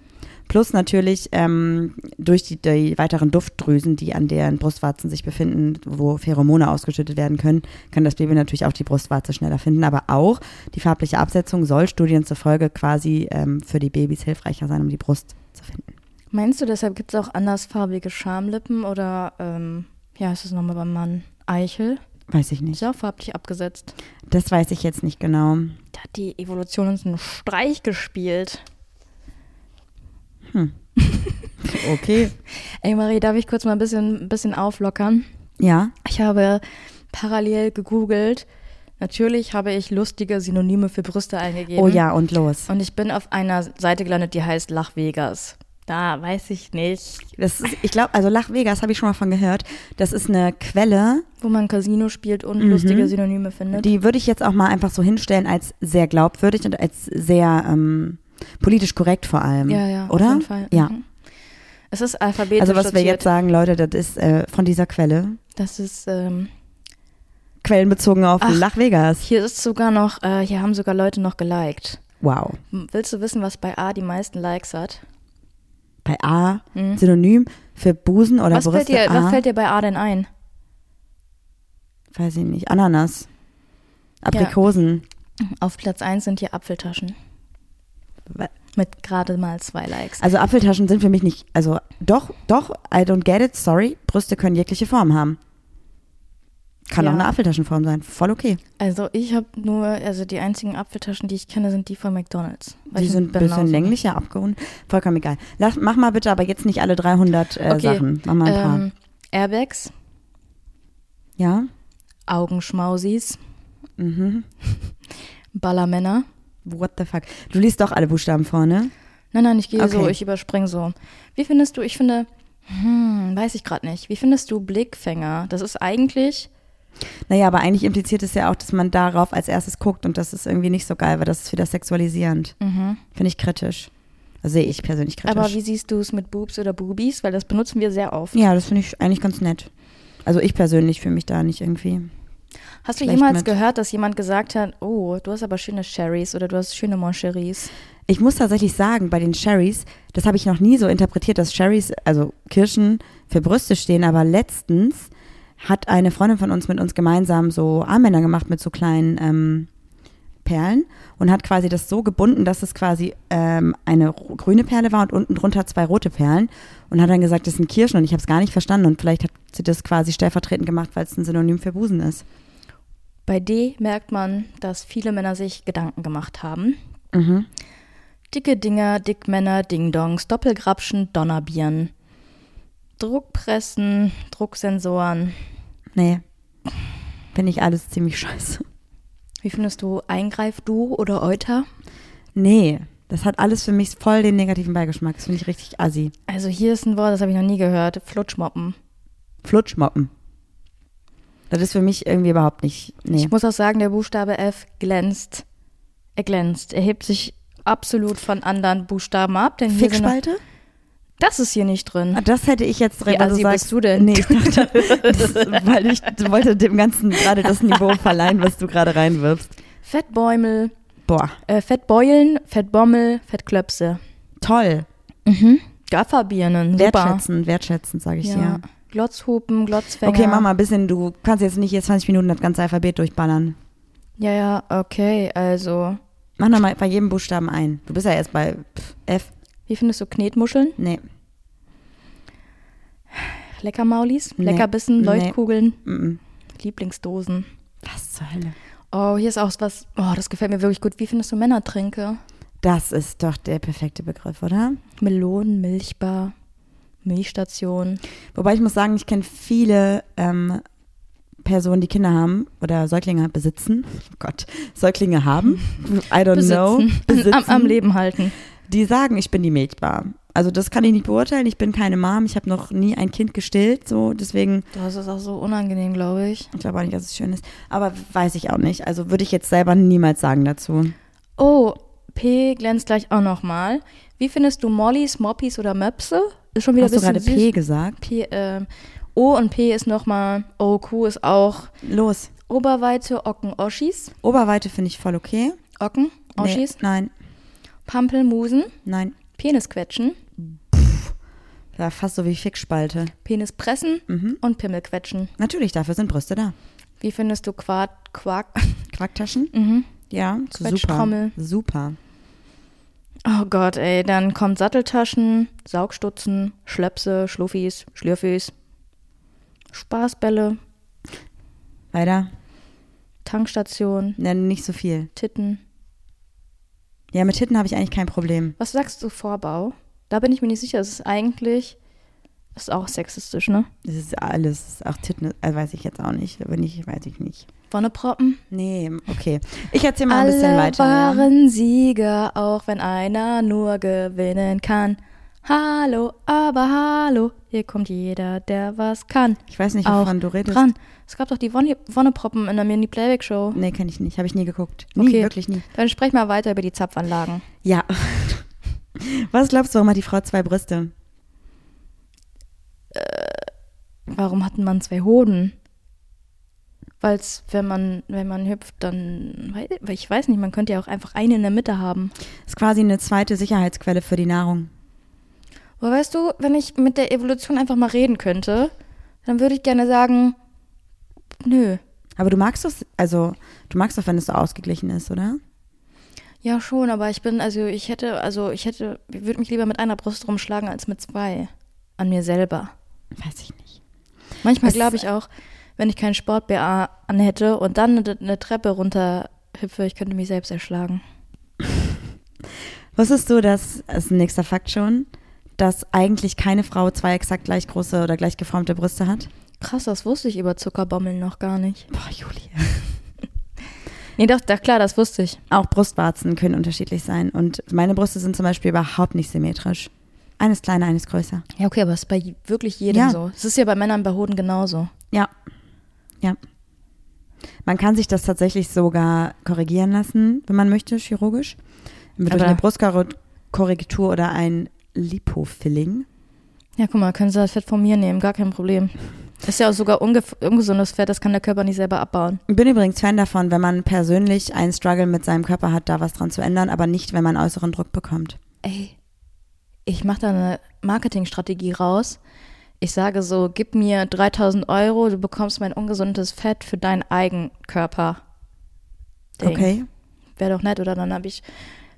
S2: Plus natürlich ähm, durch die, die weiteren Duftdrüsen, die an deren Brustwarzen sich befinden, wo Pheromone ausgeschüttet werden können, kann das Baby natürlich auch die Brustwarze schneller finden. Aber auch die farbliche Absetzung soll Studien zufolge quasi ähm, für die Babys hilfreicher sein, um die Brust zu finden.
S1: Meinst du, deshalb gibt es auch andersfarbige Schamlippen oder, ähm, ja, ist es nochmal beim Mann? Eichel?
S2: Weiß ich nicht.
S1: Ist ja auch farblich abgesetzt.
S2: Das weiß ich jetzt nicht genau.
S1: Da hat die Evolution uns einen Streich gespielt.
S2: Okay.
S1: Ey, Marie, darf ich kurz mal ein bisschen, ein bisschen auflockern?
S2: Ja,
S1: Ich habe parallel gegoogelt, Natürlich habe ich lustige Synonyme für Brüste eingegeben.
S2: Oh ja, und los.
S1: Und ich bin auf einer Seite gelandet, die heißt Lach Vegas. Da weiß ich nicht.
S2: Das ist, ich glaube, also Lach Vegas habe ich schon mal von gehört. Das ist eine Quelle,
S1: Wo man Casino spielt und
S2: Mhm.
S1: lustige Synonyme findet.
S2: die würde ich jetzt auch mal einfach so hinstellen als sehr glaubwürdig und als sehr ähm, politisch korrekt vor allem.
S1: ja, ja,
S2: Hm? Oder?
S1: auf jeden Fall.
S2: Ja.
S1: Mhm. Es ist alphabetisch
S2: Also was wir
S1: sortiert.
S2: jetzt sagen, Leute, das ist äh, von dieser Quelle.
S1: Das ist, ähm,
S2: Quellenbezogen auf
S1: Ach.
S2: Lach Vegas.
S1: hier ist sogar noch, äh, hier haben sogar Leute noch geliked.
S2: Wow.
S1: M- Willst du wissen, was bei A die meisten Likes hat?
S2: Bei A, Synonym für Busen oder
S1: Mhm. Was
S2: Brüste.
S1: fällt, dir,
S2: A,
S1: was fällt dir bei A denn ein?
S2: weiß ich nicht, Ananas, Aprikosen.
S1: Auf Platz 1 sind hier Apfeltaschen.
S2: Wa-
S1: Mit gerade mal zwei Likes.
S2: Also Apfeltaschen sind für mich nicht, also doch, doch, I don't get it, sorry, Brüste können jegliche Form haben. Kann
S1: Ja.
S2: auch eine Apfeltaschenform sein, voll okay.
S1: Also ich habe nur, also die einzigen Apfeltaschen, die ich kenne, sind die von McDonalds. Weil
S2: Die
S1: ich
S2: sind ein
S1: bin ne?
S2: bisschen
S1: genauso-
S2: länglicher abgerundet, vollkommen egal. Lass, mach mal bitte aber jetzt nicht alle 300 äh,
S1: Okay,
S2: Sachen, mach mal ein paar.
S1: Ähm, Airbags,
S2: ja,
S1: Augenschmausis,
S2: Mhm.
S1: Ballermänner.
S2: what the fuck. Du liest doch alle Buchstaben vorne.
S1: Nein, nein, ich gehe so,
S2: Okay.
S1: ich überspringe so. Wie findest du, ich finde, hm, weiß ich gerade nicht. Wie findest du Blickfänger? Das ist eigentlich,
S2: Naja, aber eigentlich impliziert es ja auch, dass man darauf als erstes guckt und das ist irgendwie nicht so geil, weil das ist wieder sexualisierend. Finde ich kritisch. Also sehe ich persönlich kritisch.
S1: Mhm. aber wie siehst du es mit Boobs oder Boobies? Weil das benutzen wir sehr oft.
S2: Ja, das finde ich eigentlich ganz nett. Also ich persönlich fühle mich da nicht irgendwie.
S1: Hast du
S2: Schlecht
S1: jemals
S2: mit.
S1: gehört, dass jemand gesagt hat, oh, du hast aber schöne Sherrys oder du hast schöne Moncheries?
S2: Ich muss tatsächlich sagen, bei den Sherrys, das habe ich noch nie so interpretiert, dass Sherrys, also Kirschen, für Brüste stehen, aber letztens hat eine Freundin von uns mit uns gemeinsam so Armbänder gemacht mit so kleinen ähm, Perlen und hat quasi das so gebunden, dass es quasi ähm, eine ro- grüne Perle war und unten drunter zwei rote Perlen und hat dann gesagt, das sind Kirschen und ich habe es gar nicht verstanden und vielleicht hat sie das quasi stellvertretend gemacht, weil es ein Synonym für Busen ist.
S1: Bei D merkt man, dass viele Männer sich Gedanken gemacht haben.
S2: Mhm.
S1: Dicke Dinger, Dickmänner, Ding-Dongs, Doppelgrapschen, Donnerbieren. Druckpressen, Drucksensoren.
S2: Nee. Finde ich alles ziemlich scheiße.
S1: Wie findest du Eingreif, Du oder Euter?
S2: Nee. Das hat alles für mich voll den negativen Beigeschmack. Das finde ich richtig assi.
S1: Also hier ist ein Wort, das habe ich noch nie gehört. Flutschmoppen.
S2: Flutschmoppen. Das ist für mich irgendwie überhaupt nicht. Nee.
S1: Ich muss auch sagen, der Buchstabe F glänzt. Er glänzt. Er hebt sich absolut von anderen Buchstaben ab. Denn hier sind noch,
S2: Fickspalte?
S1: das ist hier nicht drin.
S2: Ah, Das hätte ich jetzt
S1: Wie
S2: direkt, weil du
S1: assi
S2: sagst.
S1: bist du denn?
S2: Nee, ich dachte, das, weil ich wollte dem Ganzen gerade das Niveau verleihen, was du gerade reinwirfst.
S1: Fettbäumel,
S2: Boah,
S1: äh, Fettbeulen, Fettbommel, Fettklöpse.
S2: toll.
S1: Gafferbirnen, super.
S2: Wertschätzen, wertschätzen, sage Mhm. ich
S1: Ja.
S2: dir.
S1: Glotzhupen, Glotzfänger.
S2: Okay, mach mal ein bisschen, du kannst jetzt nicht jetzt 20 Minuten das ganze Alphabet durchballern.
S1: Ja, ja, okay. Also,
S2: Mach nochmal bei jedem Buchstaben ein. Du bist ja erst bei pff, F.
S1: wie findest du Knetmuscheln?
S2: Nee.
S1: Leckermaulis,
S2: Nee.
S1: Leckerbissen,
S2: Nee.
S1: Leuchtkugeln,
S2: Mm
S1: Lieblingsdosen.
S2: Was zur Hölle?
S1: Oh, hier ist auch was. Oh, das gefällt mir wirklich gut. Wie findest du Männertränke?
S2: Das ist doch der perfekte Begriff, oder?
S1: Melonen, Milchbar, Milchstation.
S2: Wobei ich muss sagen, ich kenne viele ähm, Personen, die Kinder haben oder Säuglinge besitzen. Oh Gott, Säuglinge haben. I don't
S1: Besitzen.
S2: know. Besitzen.
S1: Am, am Leben halten.
S2: Die sagen, ich bin die Milchbar. Also das kann ich nicht beurteilen. Ich bin keine Mom. Ich habe noch nie ein Kind gestillt. So deswegen,
S1: Das ist auch so unangenehm, glaube ich.
S2: ich glaube auch nicht, dass es schön ist. Aber weiß ich auch nicht. Also würde ich jetzt selber niemals sagen dazu.
S1: Oh, P glänzt gleich auch nochmal. Wie findest du Mollys, Moppies oder Möpse? Ist schon wieder
S2: Hast du
S1: ein
S2: gerade
S1: bisschen
S2: P
S1: süß.
S2: gesagt?
S1: P, ähm, O und P ist nochmal. O, Q ist auch
S2: Los.
S1: Oberweite, Ocken, Oschis.
S2: Oberweite finde ich voll okay.
S1: Ocken, Oschis.
S2: Nee, nein,
S1: Pampelmusen,
S2: nein.
S1: Penisquetschen,
S2: Ja, fast so wie Fickspalte.
S1: Penispressen
S2: Mhm.
S1: und Pimmelquetschen.
S2: Natürlich, dafür sind Brüste da.
S1: Wie findest du Quark, Quark?
S2: Quacktaschen? Ja, super.
S1: Quetschtrommel.
S2: Super.
S1: Oh Gott, ey, dann kommt Satteltaschen, Saugstutzen, Schlepse, Schluffis, Schlürfis, Spaßbälle,
S2: Weiter?
S1: Tankstation,
S2: Nein, ne, nicht so viel.
S1: Titten.
S2: Ja, mit Titten habe ich eigentlich kein Problem.
S1: Was sagst du Vorbau? Da bin ich mir nicht sicher, es ist eigentlich ist auch sexistisch, ne?
S2: Das ist alles, auch Titten, äh, weiß ich jetzt auch nicht. Wenn ich, weiß ich nicht.
S1: Wonneproppen.
S2: Nee, okay. Ich erzähle mal
S1: Alle
S2: ein bisschen weiter. ja.
S1: waren Sieger, auch wenn einer nur gewinnen kann. Hallo, aber hallo, hier kommt jeder, der was kann.
S2: Ich weiß nicht,
S1: Auch
S2: wovon du redest.
S1: dran. Es gab doch die Wonne- Wonneproppen in der Mini Playback Show.
S2: Nee, kenne ich nicht. Habe ich nie geguckt. Nie,
S1: Okay.
S2: wirklich nie.
S1: Dann sprech mal weiter über die Zapfanlagen.
S2: Ja. Was glaubst du, warum hat die Frau zwei Brüste?
S1: Warum hatten man zwei Hoden? Weil's, wenn man, wenn man hüpft, dann, weil- weil ich weiß nicht, man könnte ja auch einfach eine in der Mitte haben.
S2: Ist quasi eine zweite Sicherheitsquelle für die Nahrung.
S1: Aber weißt du, wenn ich mit der Evolution einfach mal reden könnte, dann würde ich gerne sagen, nö.
S2: Aber du magst es, also du magst doch, wenn es so ausgeglichen ist, oder?
S1: Ja, schon, aber ich bin, also ich hätte, also ich hätte, ich würde mich lieber mit einer Brust rumschlagen als mit zwei. An mir selber.
S2: Weiß ich nicht.
S1: Manchmal
S2: Es-
S1: glaube ich auch, wenn ich keinen Sport-BA anhätte und dann eine, eine Treppe runter hüpfe, ich könnte mich selbst erschlagen.
S2: Wusstest du, dass, das ist ein nächster Fakt schon, dass eigentlich keine Frau zwei exakt gleich große oder gleich geformte Brüste hat?
S1: Krass, das wusste ich über Zuckerbommeln noch gar nicht.
S2: Boah, Julia.
S1: Nee, doch, da, klar, das wusste ich.
S2: Auch Brustwarzen können unterschiedlich sein. Und meine Brüste sind zum Beispiel überhaupt nicht symmetrisch. Eines kleiner, eines größer.
S1: Ja, okay, aber es ist bei je- wirklich jedem
S2: Ja.
S1: so. Es ist ja bei Männern bei Hoden genauso.
S2: Ja. Ja. Man kann sich das tatsächlich sogar korrigieren lassen, wenn man möchte, chirurgisch. Durch
S1: Aber-
S2: eine Brustkorrektur oder ein Lipofilling.
S1: Ja, guck mal, können Sie das Fett von mir nehmen, gar kein Problem. Das ist ja auch sogar ungef- ungesundes Fett, das kann der Körper nicht selber abbauen.
S2: Ich bin übrigens Fan davon, wenn man persönlich einen Struggle mit seinem Körper hat, da was dran zu ändern, aber nicht, wenn man äußeren Druck bekommt.
S1: ey, ich mache da eine Marketingstrategie raus. Ich sage so, gib mir 3000 Euro, du bekommst mein ungesundes Fett für deinen Eigenkörper.
S2: Okay?
S1: Wäre doch nett, oder dann habe ich,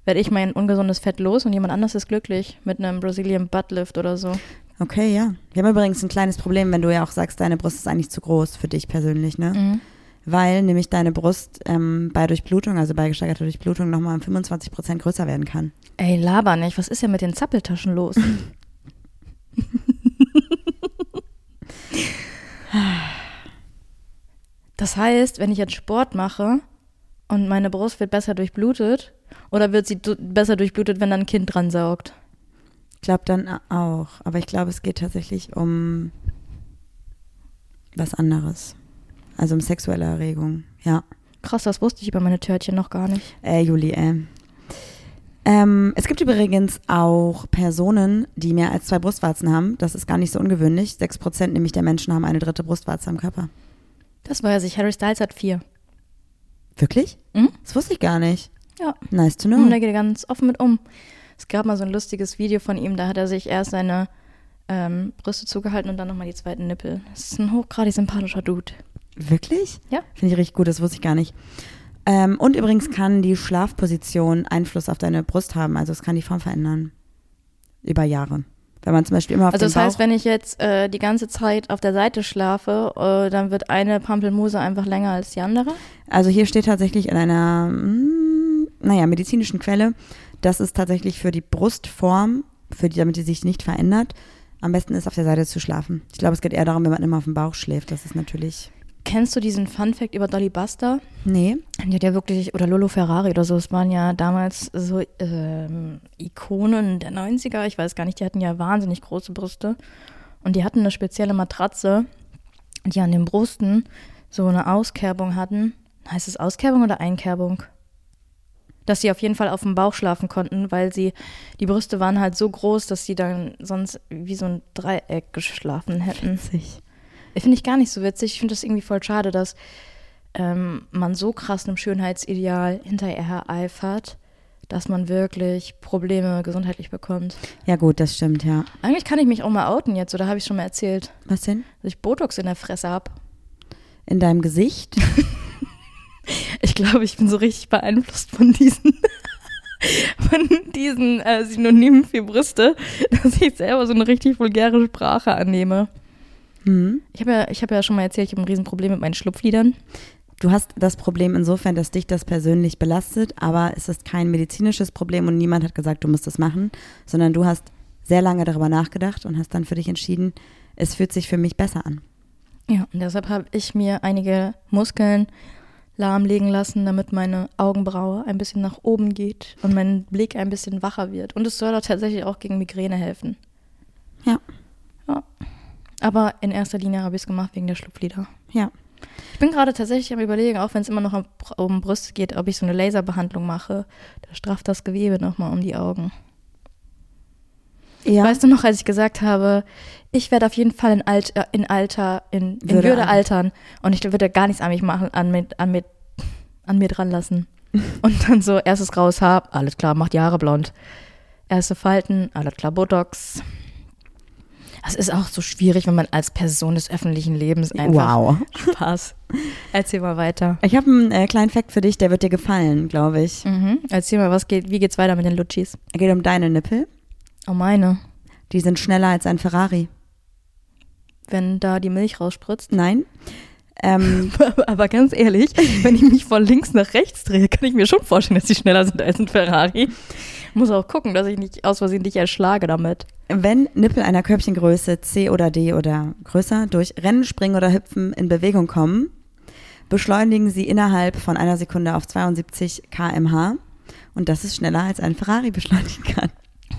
S1: werde ich mein ungesundes Fett los und jemand anders ist glücklich mit einem Brazilian Buttlift oder so.
S2: Okay, ja. Wir haben übrigens ein kleines Problem, wenn du ja auch sagst, deine Brust ist eigentlich zu groß für dich persönlich, ne? Weil nämlich deine Brust ähm, bei Durchblutung, also bei gesteigerter Durchblutung, nochmal um 25 Prozent größer werden kann.
S1: Ey, laber nicht, was ist ja mit den Zappeltaschen los? Das heißt, wenn ich jetzt Sport mache und meine Brust wird besser durchblutet, oder wird sie du besser durchblutet, wenn da ein Kind dran saugt?
S2: Ich glaube dann auch, aber ich glaube, es geht tatsächlich um was anderes. Also um sexuelle Erregung, ja.
S1: Krass, das wusste ich über meine Törtchen noch gar nicht.
S2: Äh, Juli, äh. Ähm, es gibt übrigens auch Personen, die mehr als zwei Brustwarzen haben. Das ist gar nicht so ungewöhnlich. Sechs Prozent nämlich der Menschen haben eine dritte Brustwarze am Körper.
S1: Das weiß ich. Harry Styles hat vier.
S2: Wirklich?
S1: Mhm.
S2: Das wusste ich gar nicht.
S1: Ja.
S2: Nice to know.
S1: Ne? Und Hm, da geht er ganz offen mit um. Es gab mal so ein lustiges Video von ihm, da hat er sich erst seine ähm, Brüste zugehalten und dann nochmal die zweiten Nippel. Das ist ein hochgradig sympathischer Dude.
S2: Wirklich?
S1: Ja.
S2: Finde ich richtig gut, das wusste ich gar nicht. Ähm, und übrigens kann die Schlafposition Einfluss auf deine Brust haben. Also es kann die Form verändern. Über Jahre. Wenn man zum Beispiel immer auf
S1: Also
S2: den
S1: das heißt,
S2: Bauch...
S1: wenn ich jetzt äh, die ganze Zeit auf der Seite schlafe, äh, dann wird eine Pampelmuse einfach länger als die andere.
S2: Also hier steht tatsächlich in einer, mm, naja, medizinischen Quelle, dass es tatsächlich für die Brustform, für die, damit die sich nicht verändert, am besten ist, auf der Seite zu schlafen. Ich glaube, es geht eher darum, wenn man immer auf dem Bauch schläft. Das ist natürlich...
S1: Kennst du diesen Fun Fact über Dolly Buster?
S2: Nee.
S1: Die hat ja wirklich, oder Lolo Ferrari oder so, es waren ja damals so ähm, Ikonen der 90er, ich weiß gar nicht, die hatten ja wahnsinnig große Brüste. Und die hatten eine spezielle Matratze, die an den Brüsten so eine Auskerbung hatten. Heißt es Auskerbung oder Einkerbung? Dass sie auf jeden Fall auf dem Bauch schlafen konnten, weil sie, die Brüste waren halt so groß, dass sie dann sonst wie so ein Dreieck geschlafen hätten.
S2: Sich.
S1: Finde ich gar nicht so witzig. Ich finde das irgendwie voll schade, dass ähm, man so krass einem Schönheitsideal hinterher eifert, dass man wirklich Probleme gesundheitlich bekommt.
S2: Ja gut, das stimmt, ja.
S1: Eigentlich kann ich mich auch mal outen jetzt, oder habe ich schon mal erzählt,
S2: Was denn?
S1: dass ich Botox in der Fresse habe.
S2: In deinem Gesicht?
S1: Ich glaube, ich bin so richtig beeinflusst von diesen, von diesen äh, Synonymen für Brüste, dass ich selber so eine richtig vulgäre Sprache annehme.
S2: Hm.
S1: Ich habe ja, ich habe ja schon mal erzählt, ich habe ein Riesenproblem mit meinen Schlupflidern.
S2: Du hast das Problem insofern, dass dich das persönlich belastet, aber es ist kein medizinisches Problem und niemand hat gesagt, du musst das machen, sondern du hast sehr lange darüber nachgedacht und hast dann für dich entschieden, es fühlt sich für mich besser an.
S1: Ja, und deshalb habe ich mir einige Muskeln lahmlegen lassen, damit meine Augenbraue ein bisschen nach oben geht und mein Blick ein bisschen wacher wird. Und es soll auch tatsächlich auch gegen Migräne helfen.
S2: Ja.
S1: Ja. Aber in erster Linie habe ich es gemacht wegen der Schlupflider.
S2: Ja.
S1: Ich bin gerade tatsächlich am Überlegen, auch wenn es immer noch um, um Brüste geht, ob ich so eine Laserbehandlung mache. Da strafft das Gewebe nochmal um die Augen.
S2: Ja.
S1: Weißt du noch, als ich gesagt habe, ich werde auf jeden Fall in, Alt, äh, in Alter, in, in
S2: Würde
S1: Würde,
S2: altern.
S1: altern und ich würde gar nichts an mich machen, an mir, an mir, an mir dran lassen. Und dann so, erstes graues Haar, alles klar, macht die Haare blond. Erste Falten, alles klar, Botox. Das ist auch so schwierig, wenn man als Person des öffentlichen Lebens einfach
S2: wow.
S1: Spaß. Erzähl mal weiter.
S2: Ich habe einen äh, kleinen Fact für dich, der wird dir gefallen, glaube ich.
S1: Mhm. Erzähl mal, was geht, wie geht's weiter mit den Lutschis?
S2: Es geht um deine Nippel.
S1: Oh meine,
S2: Die sind schneller als ein Ferrari.
S1: wenn da die Milch rausspritzt.
S2: Nein. Ähm,
S1: Aber ganz ehrlich, wenn ich mich von links nach rechts drehe, kann ich mir schon vorstellen, dass die schneller sind als ein Ferrari. Muss auch gucken, dass ich nicht aus Versehen dich erschlage damit.
S2: wenn Nippel einer Körbchengröße C oder D oder größer durch Rennen, Springen oder Hüpfen in Bewegung kommen, beschleunigen sie innerhalb von einer Sekunde auf 72 km/h. Und das ist schneller, als ein Ferrari beschleunigen kann.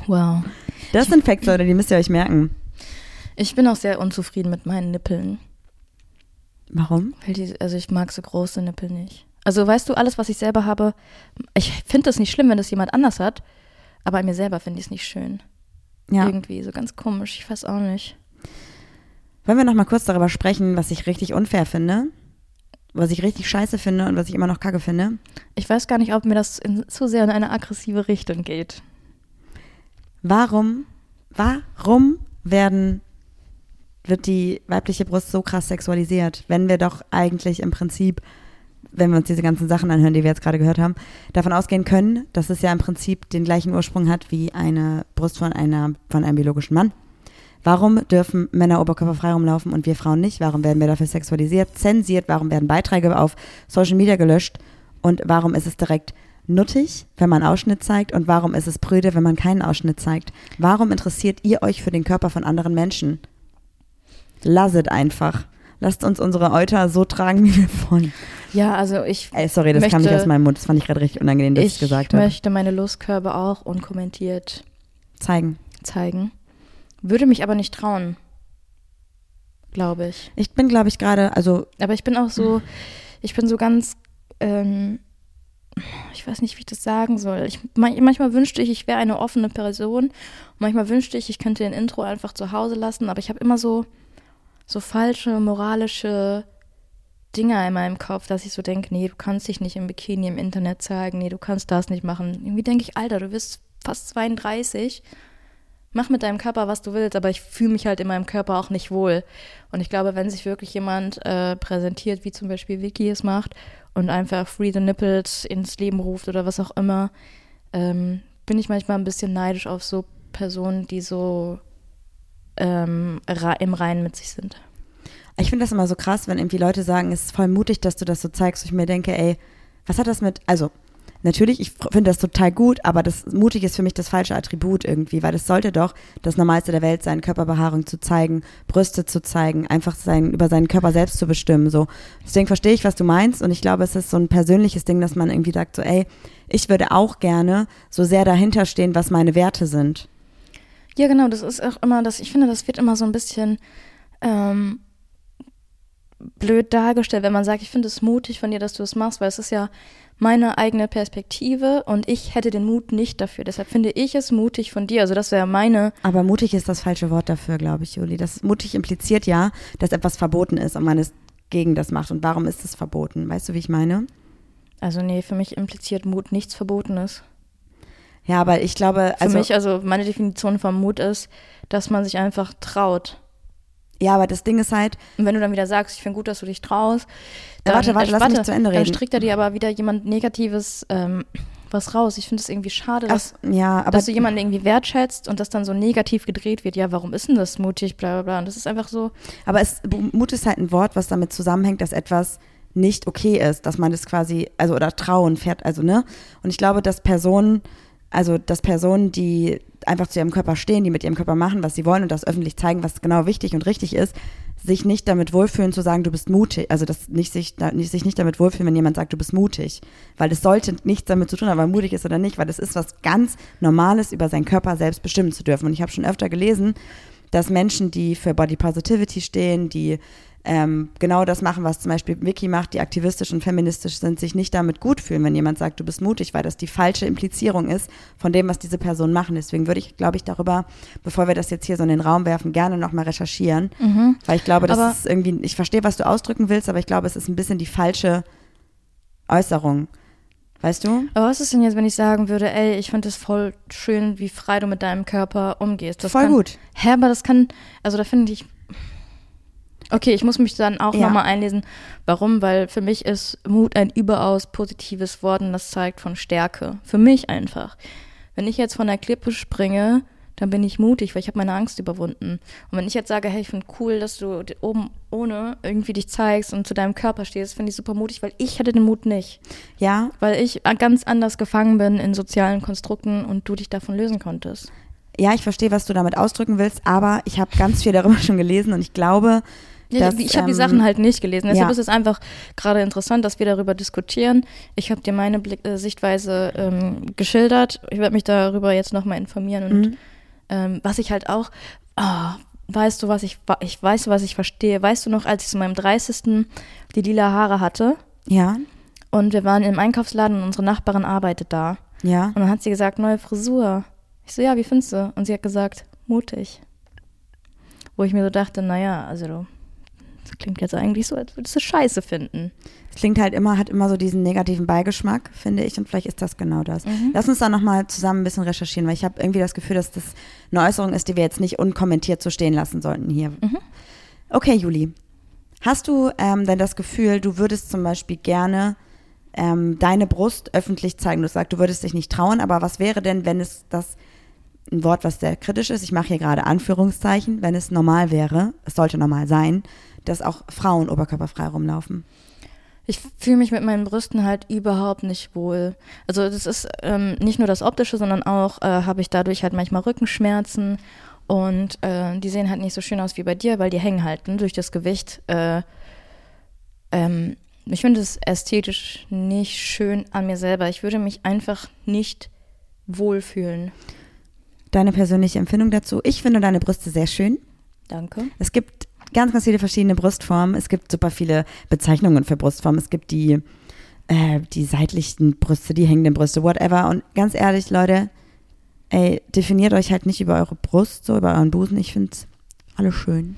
S1: Wow.
S2: Das sind Facts, Leute, die müsst ihr euch merken.
S1: Ich bin auch sehr unzufrieden mit meinen Nippeln.
S2: Warum?
S1: Weil die, also ich mag so große Nippel nicht. Also weißt du, alles, was ich selber habe, ich finde das nicht schlimm, wenn das jemand anders hat, aber an mir selber finde ich es nicht schön.
S2: Ja.
S1: Irgendwie, so ganz komisch, ich weiß auch nicht.
S2: Wollen wir noch mal kurz darüber sprechen, was ich richtig unfair finde? Was ich richtig scheiße finde und was ich immer noch kacke finde?
S1: Ich weiß gar nicht, ob mir das in, zu sehr in eine aggressive Richtung geht.
S2: Warum, warum werden, wird die weibliche Brust so krass sexualisiert, wenn wir doch eigentlich im Prinzip, wenn wir uns diese ganzen Sachen anhören, die wir jetzt gerade gehört haben, davon ausgehen können, dass es ja im Prinzip den gleichen Ursprung hat wie eine Brust von, einer, von einem biologischen Mann? Warum dürfen Männer oberkörperfrei rumlaufen und wir Frauen nicht? Warum werden wir dafür sexualisiert, zensiert? Warum werden Beiträge auf Social Media gelöscht? Und warum ist es direkt nuttig, wenn man Ausschnitt zeigt? Und warum ist es prüde, wenn man keinen Ausschnitt zeigt? Warum interessiert ihr euch für den Körper von anderen Menschen? Lasset einfach. Lasst uns unsere Euter so tragen, wie wir wollen.
S1: Ja, also ich
S2: Ey, sorry, das kam
S1: Möchte-
S2: nicht aus meinem Mund. Das fand ich gerade richtig unangenehm, dass ich, gesagt habe.
S1: möchte meine Lustkörbe auch unkommentiert
S2: Zeigen.
S1: zeigen. Würde mich aber nicht trauen. Glaube ich.
S2: Ich bin, glaube ich, gerade, also
S1: Aber ich bin auch so, ich bin so ganz, ähm, ich weiß nicht, wie ich das sagen soll. Ich, man- manchmal wünschte ich, ich wäre eine offene Person. Manchmal wünschte ich, ich könnte den Intro einfach zu Hause lassen. Aber ich habe immer so, so falsche moralische Dinger in meinem Kopf, dass ich so denke, nee, du kannst dich nicht im Bikini im Internet zeigen. Nee, du kannst das nicht machen. Irgendwie denke ich, Alter, du bist fast 32 mach mit deinem Körper, was du willst, aber ich fühle mich halt in meinem Körper auch nicht wohl. Und ich glaube, wenn sich wirklich jemand äh, präsentiert, wie zum Beispiel Vicky es macht, und einfach Free the Nipples ins Leben ruft oder was auch immer, ähm, bin ich manchmal ein bisschen neidisch auf so Personen, die so ähm, ra- im Reinen mit sich sind.
S2: Ich finde das immer so krass, wenn irgendwie Leute sagen, es ist voll mutig, dass du das so zeigst. Und ich mir denke, ey, was hat das mit, also natürlich, ich finde das total gut, aber das mutig ist für mich das falsche Attribut irgendwie, weil es sollte doch das Normalste der Welt sein, Körperbehaarung zu zeigen, Brüste zu zeigen, einfach sein, über seinen Körper selbst zu bestimmen. So. Deswegen verstehe ich, was du meinst und ich glaube, es ist so ein persönliches Ding, dass man irgendwie sagt, so, ey, ich würde auch gerne so sehr dahinter stehen, was meine Werte sind.
S1: Ja, genau, das ist auch immer das, ich finde, das wird immer so ein bisschen ähm, blöd dargestellt, wenn man sagt, ich finde es mutig von dir, dass du es machst, weil es ist ja meine eigene Perspektive und ich hätte den Mut nicht dafür. Deshalb finde ich es mutig von dir. Also das wäre meine,
S2: Aber mutig ist das falsche Wort dafür, glaube ich, Juli. Das mutig impliziert ja, dass etwas verboten ist und man es gegen das macht. Und warum ist es verboten? Weißt du, wie ich meine?
S1: also nee, für mich impliziert Mut nichts Verbotenes.
S2: Ja, aber ich glaube,
S1: Für
S2: also
S1: mich, also meine Definition von Mut ist, dass man sich einfach traut.
S2: ja, aber das Ding ist halt,
S1: Und wenn du dann wieder sagst, ich finde gut, dass du dich traust,
S2: Ja,
S1: dann,
S2: warte, warte,
S1: äh,
S2: lass mich zu Ende
S1: dann
S2: reden.
S1: strickt er dir aber wieder jemand Negatives ähm, was raus. Ich finde es irgendwie schade,
S2: ach,
S1: dass,
S2: ja, aber
S1: dass du jemanden irgendwie wertschätzt und das dann so negativ gedreht wird. Ja, warum ist denn das mutig, bla bla bla. Und das ist einfach so,
S2: Aber es, Mut ist halt ein Wort, was damit zusammenhängt, dass etwas nicht okay ist, dass man das quasi, also oder Trauen fährt, also ne? Und ich glaube, dass Personen, also dass Personen, die einfach zu ihrem Körper stehen, die mit ihrem Körper machen, was sie wollen und das öffentlich zeigen, was genau wichtig und richtig ist, sich nicht damit wohlfühlen zu sagen, du bist mutig, also das nicht sich, da- nicht, sich nicht damit wohlfühlen, wenn jemand sagt, du bist mutig, weil es sollte nichts damit zu tun haben, ob er mutig ist oder nicht, weil das ist was ganz Normales, über seinen Körper selbst bestimmen zu dürfen. Und ich habe schon öfter gelesen, dass Menschen, die für Body Positivity stehen, die ähm, genau das machen, was zum Beispiel Vicky macht, die aktivistisch und feministisch sind, sich nicht damit gut fühlen, wenn jemand sagt, du bist mutig, weil das die falsche Implizierung ist von dem, was diese Personen machen. Deswegen würde ich, glaube ich, darüber, bevor wir das jetzt hier so in den Raum werfen, gerne nochmal recherchieren, weil ich glaube, das
S1: Mhm. Aber-
S2: ist irgendwie, ich verstehe, was du ausdrücken willst, aber ich glaube, es ist ein bisschen die falsche Äußerung. Weißt du?
S1: Aber was ist denn jetzt, wenn ich sagen würde, ey, ich finde es voll schön, wie frei du mit deinem Körper umgehst. Das
S2: Voll
S1: kann,
S2: gut.
S1: Hä, aber das kann, also da finde ich. Okay, ich muss mich dann auch
S2: Ja.
S1: nochmal einlesen. Warum? Weil für mich ist Mut ein überaus positives Wort und das zeigt von Stärke. Für mich einfach. Wenn ich jetzt von der Klippe springe, dann bin ich mutig, weil ich habe meine Angst überwunden. Und wenn ich jetzt sage, hey, ich finde cool, dass du d- oben ohne irgendwie dich zeigst und zu deinem Körper stehst, finde ich super mutig, weil ich hätte den Mut nicht
S2: Ja,
S1: weil ich äh, ganz anders gefangen bin in sozialen Konstrukten und du dich davon lösen konntest.
S2: ja, ich verstehe, was du damit ausdrücken willst, aber ich habe ganz viel darüber schon gelesen und ich glaube, dass,
S1: ich habe die
S2: ähm,
S1: Sachen halt nicht gelesen. Deshalb
S2: ja.
S1: ist es einfach gerade interessant, dass wir darüber diskutieren. Ich habe dir meine Blick äh, Sichtweise ähm, geschildert. Ich werde mich darüber jetzt nochmal informieren. Und ähm, was ich halt auch, ah, weißt du, was ich, wa- ich weiß, was ich verstehe. Weißt du noch, als ich zu meinem 30. die lila Haare hatte
S2: Ja,
S1: und wir waren im Einkaufsladen und unsere Nachbarin arbeitet da.
S2: ja.
S1: Und dann hat sie gesagt, neue Frisur. Ich so, ja, wie findest du? Und sie hat gesagt, mutig. Wo ich mir so dachte, naja, also du, das klingt jetzt eigentlich so, als würdest du Scheiße finden.
S2: Es klingt halt immer, hat immer so diesen negativen Beigeschmack, finde ich, und vielleicht ist das genau das. Lass uns da nochmal zusammen ein bisschen recherchieren, weil ich habe irgendwie das Gefühl, dass das eine Äußerung ist, die wir jetzt nicht unkommentiert so stehen lassen sollten hier. Okay, Juli. Hast du ähm, denn das Gefühl, du würdest zum Beispiel gerne ähm, deine Brust öffentlich zeigen? Du sagst, du würdest dich nicht trauen, aber was wäre denn, wenn es das ein Wort, was sehr kritisch ist. Ich mache hier gerade Anführungszeichen, wenn es normal wäre, es sollte normal sein, dass auch Frauen oberkörperfrei rumlaufen.
S1: Ich fühle mich mit meinen Brüsten halt überhaupt nicht wohl. Also das ist ähm, nicht nur das Optische, sondern auch äh, habe ich dadurch halt manchmal Rückenschmerzen und äh, die sehen halt nicht so schön aus wie bei dir, weil die hängen halt ne, durch das Gewicht. Äh, ähm, ich finde es ästhetisch nicht schön an mir selber. Ich würde mich einfach nicht wohlfühlen.
S2: deine persönliche Empfindung dazu. Ich finde deine Brüste sehr schön.
S1: Danke.
S2: Es gibt ganz, ganz viele verschiedene Brustformen. Es gibt super viele Bezeichnungen für Brustformen. Es gibt die, äh, die seitlichen Brüste, die hängenden Brüste, whatever. Und ganz ehrlich, Leute, ey, definiert euch halt nicht über eure Brust, so über euren Busen. Ich finde alle schön.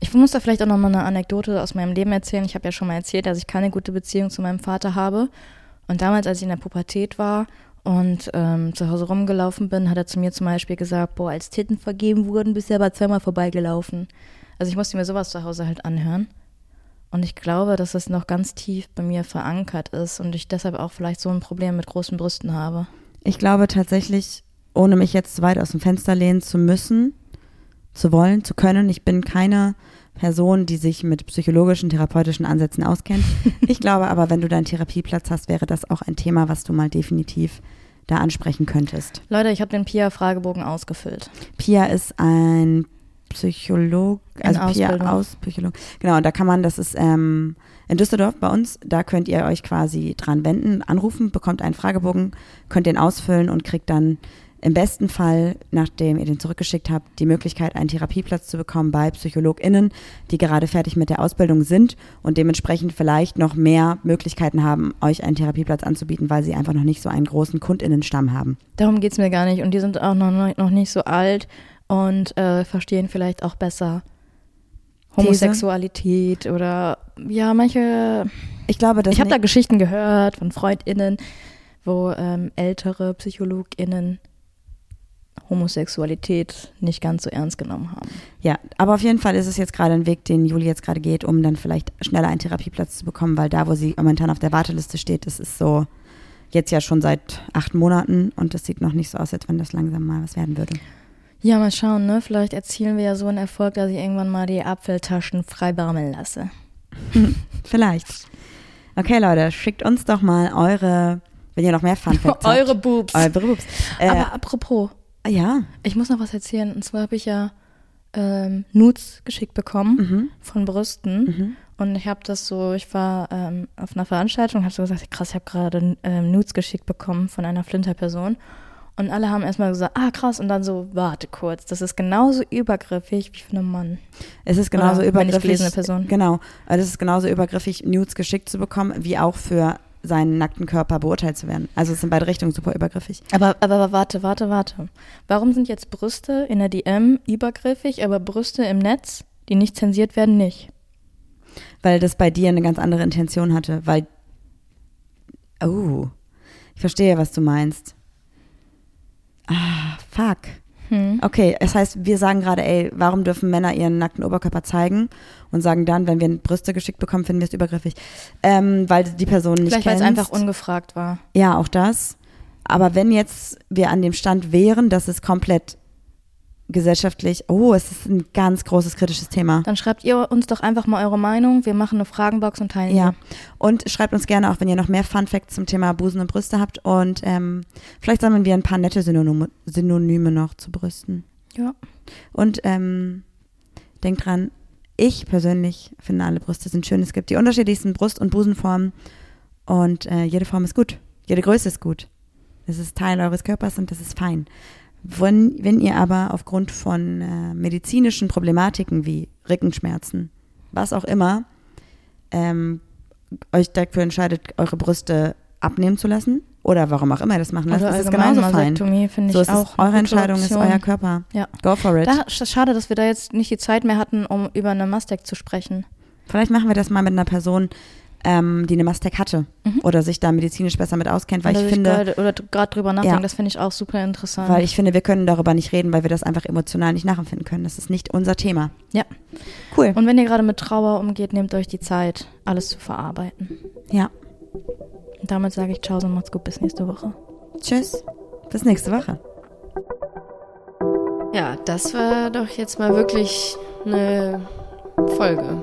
S1: Ich muss da vielleicht auch nochmal eine Anekdote aus meinem Leben erzählen. Ich habe ja schon mal erzählt, dass ich keine gute Beziehung zu meinem Vater habe. Und damals, als ich in der Pubertät war und ähm, zu Hause rumgelaufen bin, hat er zu mir zum Beispiel gesagt, boah, als Titten vergeben wurden, bist du aber zweimal vorbeigelaufen. Also ich musste mir sowas zu Hause halt anhören. Und ich glaube, dass das noch ganz tief bei mir verankert ist und ich deshalb auch vielleicht so ein Problem mit großen Brüsten habe.
S2: Ich glaube tatsächlich, ohne mich jetzt zu weit aus dem Fenster lehnen zu müssen, zu wollen, zu können, ich bin keine Person, die sich mit psychologischen, therapeutischen Ansätzen auskennt. Ich glaube aber, wenn du deinen Therapieplatz hast, wäre das auch ein Thema, was du mal definitiv da ansprechen könntest.
S1: Leute, ich habe den PIA-Fragebogen ausgefüllt.
S2: Pia ist ein Psycholog,
S1: In
S2: also Pia
S1: Ausbildung.
S2: aus Psycholog. Genau, und da kann man, das ist ähm, in Düsseldorf bei uns, da könnt ihr euch quasi dran wenden, anrufen, bekommt einen Fragebogen, könnt den ausfüllen und kriegt dann im besten Fall, nachdem ihr den zurückgeschickt habt, die Möglichkeit, einen Therapieplatz zu bekommen bei PsychologInnen, die gerade fertig mit der Ausbildung sind und dementsprechend vielleicht noch mehr Möglichkeiten haben, euch einen Therapieplatz anzubieten, weil sie einfach noch nicht so einen großen KundInnenstamm haben.
S1: Darum geht's mir gar nicht. Und die sind auch noch, noch nicht so alt und äh, verstehen vielleicht auch besser
S2: These?
S1: Homosexualität oder ja, manche.
S2: Ich glaube, das
S1: ich habe da Geschichten gehört von FreundInnen, wo ähm, ältere PsychologInnen Homosexualität nicht ganz so ernst genommen haben.
S2: Ja, aber auf jeden Fall ist es jetzt gerade ein Weg, den Juli jetzt gerade geht, um dann vielleicht schneller einen Therapieplatz zu bekommen, weil da, wo sie momentan auf der Warteliste steht, das ist so jetzt ja schon seit acht Monaten und das sieht noch nicht so aus, als wenn das langsam mal was werden würde.
S1: Ja, mal schauen, ne? Vielleicht erzielen wir ja so einen Erfolg, dass ich irgendwann mal die Apfeltaschen frei baumeln lasse.
S2: Vielleicht. Okay, Leute, schickt uns doch mal eure, wenn ihr noch mehr Fun Facts
S1: Eure
S2: habt.
S1: Boobs.
S2: Eure Boobs. Äh,
S1: Aber apropos,
S2: ja,
S1: Ich muss noch was erzählen. Und zwar habe ich ja ähm, Nudes geschickt bekommen
S2: Mhm.
S1: von Brüsten.
S2: Mhm.
S1: Und ich habe das so, ich war ähm, auf einer Veranstaltung und habe so gesagt, krass, ich habe gerade ähm, Nudes geschickt bekommen von einer Flinterperson. Und alle haben erstmal gesagt, ah krass, und dann so, warte kurz, das ist genauso übergriffig wie von einem Mann.
S2: Es ist genauso
S1: Oder wenn ich
S2: übergriffig.
S1: gelesene Person.
S2: Genau. Also es ist genauso übergriffig, Nudes geschickt zu bekommen, wie auch für seinen nackten Körper beurteilt zu werden. Also es ist in beide Richtungen super übergriffig.
S1: Aber, aber, aber warte, warte, warte. Warum sind jetzt Brüste in der DM übergriffig, aber Brüste im Netz, die nicht zensiert werden, nicht?
S2: Weil das bei dir eine ganz andere Intention hatte. Weil. Oh. Ich verstehe, was du meinst. Ah, fuck.
S1: Hm.
S2: Okay, es heißt, wir sagen gerade, ey, warum dürfen Männer ihren nackten Oberkörper zeigen und sagen dann, wenn wir Brüste geschickt bekommen, finden wir es übergriffig. Ähm, weil die Person nicht
S1: Vielleicht weil es
S2: kennst.
S1: einfach ungefragt war.
S2: Ja, auch das. Aber wenn jetzt wir an dem Stand wären, dass es komplett gesellschaftlich, oh, es ist ein ganz großes kritisches Thema.
S1: Dann schreibt ihr uns doch einfach mal eure Meinung. Wir machen eine Fragenbox und teilen
S2: Ja. Und schreibt uns gerne auch, wenn ihr noch mehr Fun Facts zum Thema Busen und Brüste habt. Und ähm, vielleicht sammeln wir ein paar nette Synonyme, Synonyme noch zu Brüsten.
S1: die. Ja.
S2: Und ähm, denkt dran, ich persönlich finde alle Brüste sind schön. Es gibt die unterschiedlichsten Brust- und Busenformen. Und äh, jede Form ist gut. Jede Größe ist gut. Das ist Teil eures Körpers und das ist fein. Wenn, wenn ihr aber aufgrund von äh, medizinischen Problematiken wie Rückenschmerzen, was auch immer, ähm, euch dafür entscheidet, eure Brüste abnehmen zu lassen oder warum auch immer ihr das machen lasst,
S1: Oder
S2: ist es
S1: allgemein
S2: genauso fein.
S1: Vasektomie finde ich
S2: So ist
S1: auch
S2: es,
S1: eine
S2: eure
S1: gute
S2: Entscheidung, ist
S1: Option.
S2: euer Körper.
S1: Ja.
S2: Go for it.
S1: Da, sch- schade, dass wir da jetzt nicht die Zeit mehr hatten, um über eine Mastec zu sprechen.
S2: Vielleicht machen wir das mal mit einer Person, ähm, die eine Mastec hatte
S1: Mhm.
S2: oder sich da medizinisch besser mit auskennt, weil
S1: Oder
S2: ich
S1: sich
S2: finde,
S1: gerade- oder gerade drüber nachdenken,
S2: Ja.
S1: das finde ich auch super interessant.
S2: weil ich finde, wir können darüber nicht reden, weil wir das einfach emotional nicht nachempfinden können. Das ist nicht unser Thema.
S1: ja.
S2: Cool.
S1: Und wenn ihr gerade mit Trauer umgeht, nehmt euch die Zeit, alles zu verarbeiten.
S2: ja.
S1: Und damit sage ich Ciao und macht's gut, bis nächste Woche.
S2: Tschüss. Bis nächste Woche.
S3: Ja, das war doch jetzt mal wirklich eine Folge.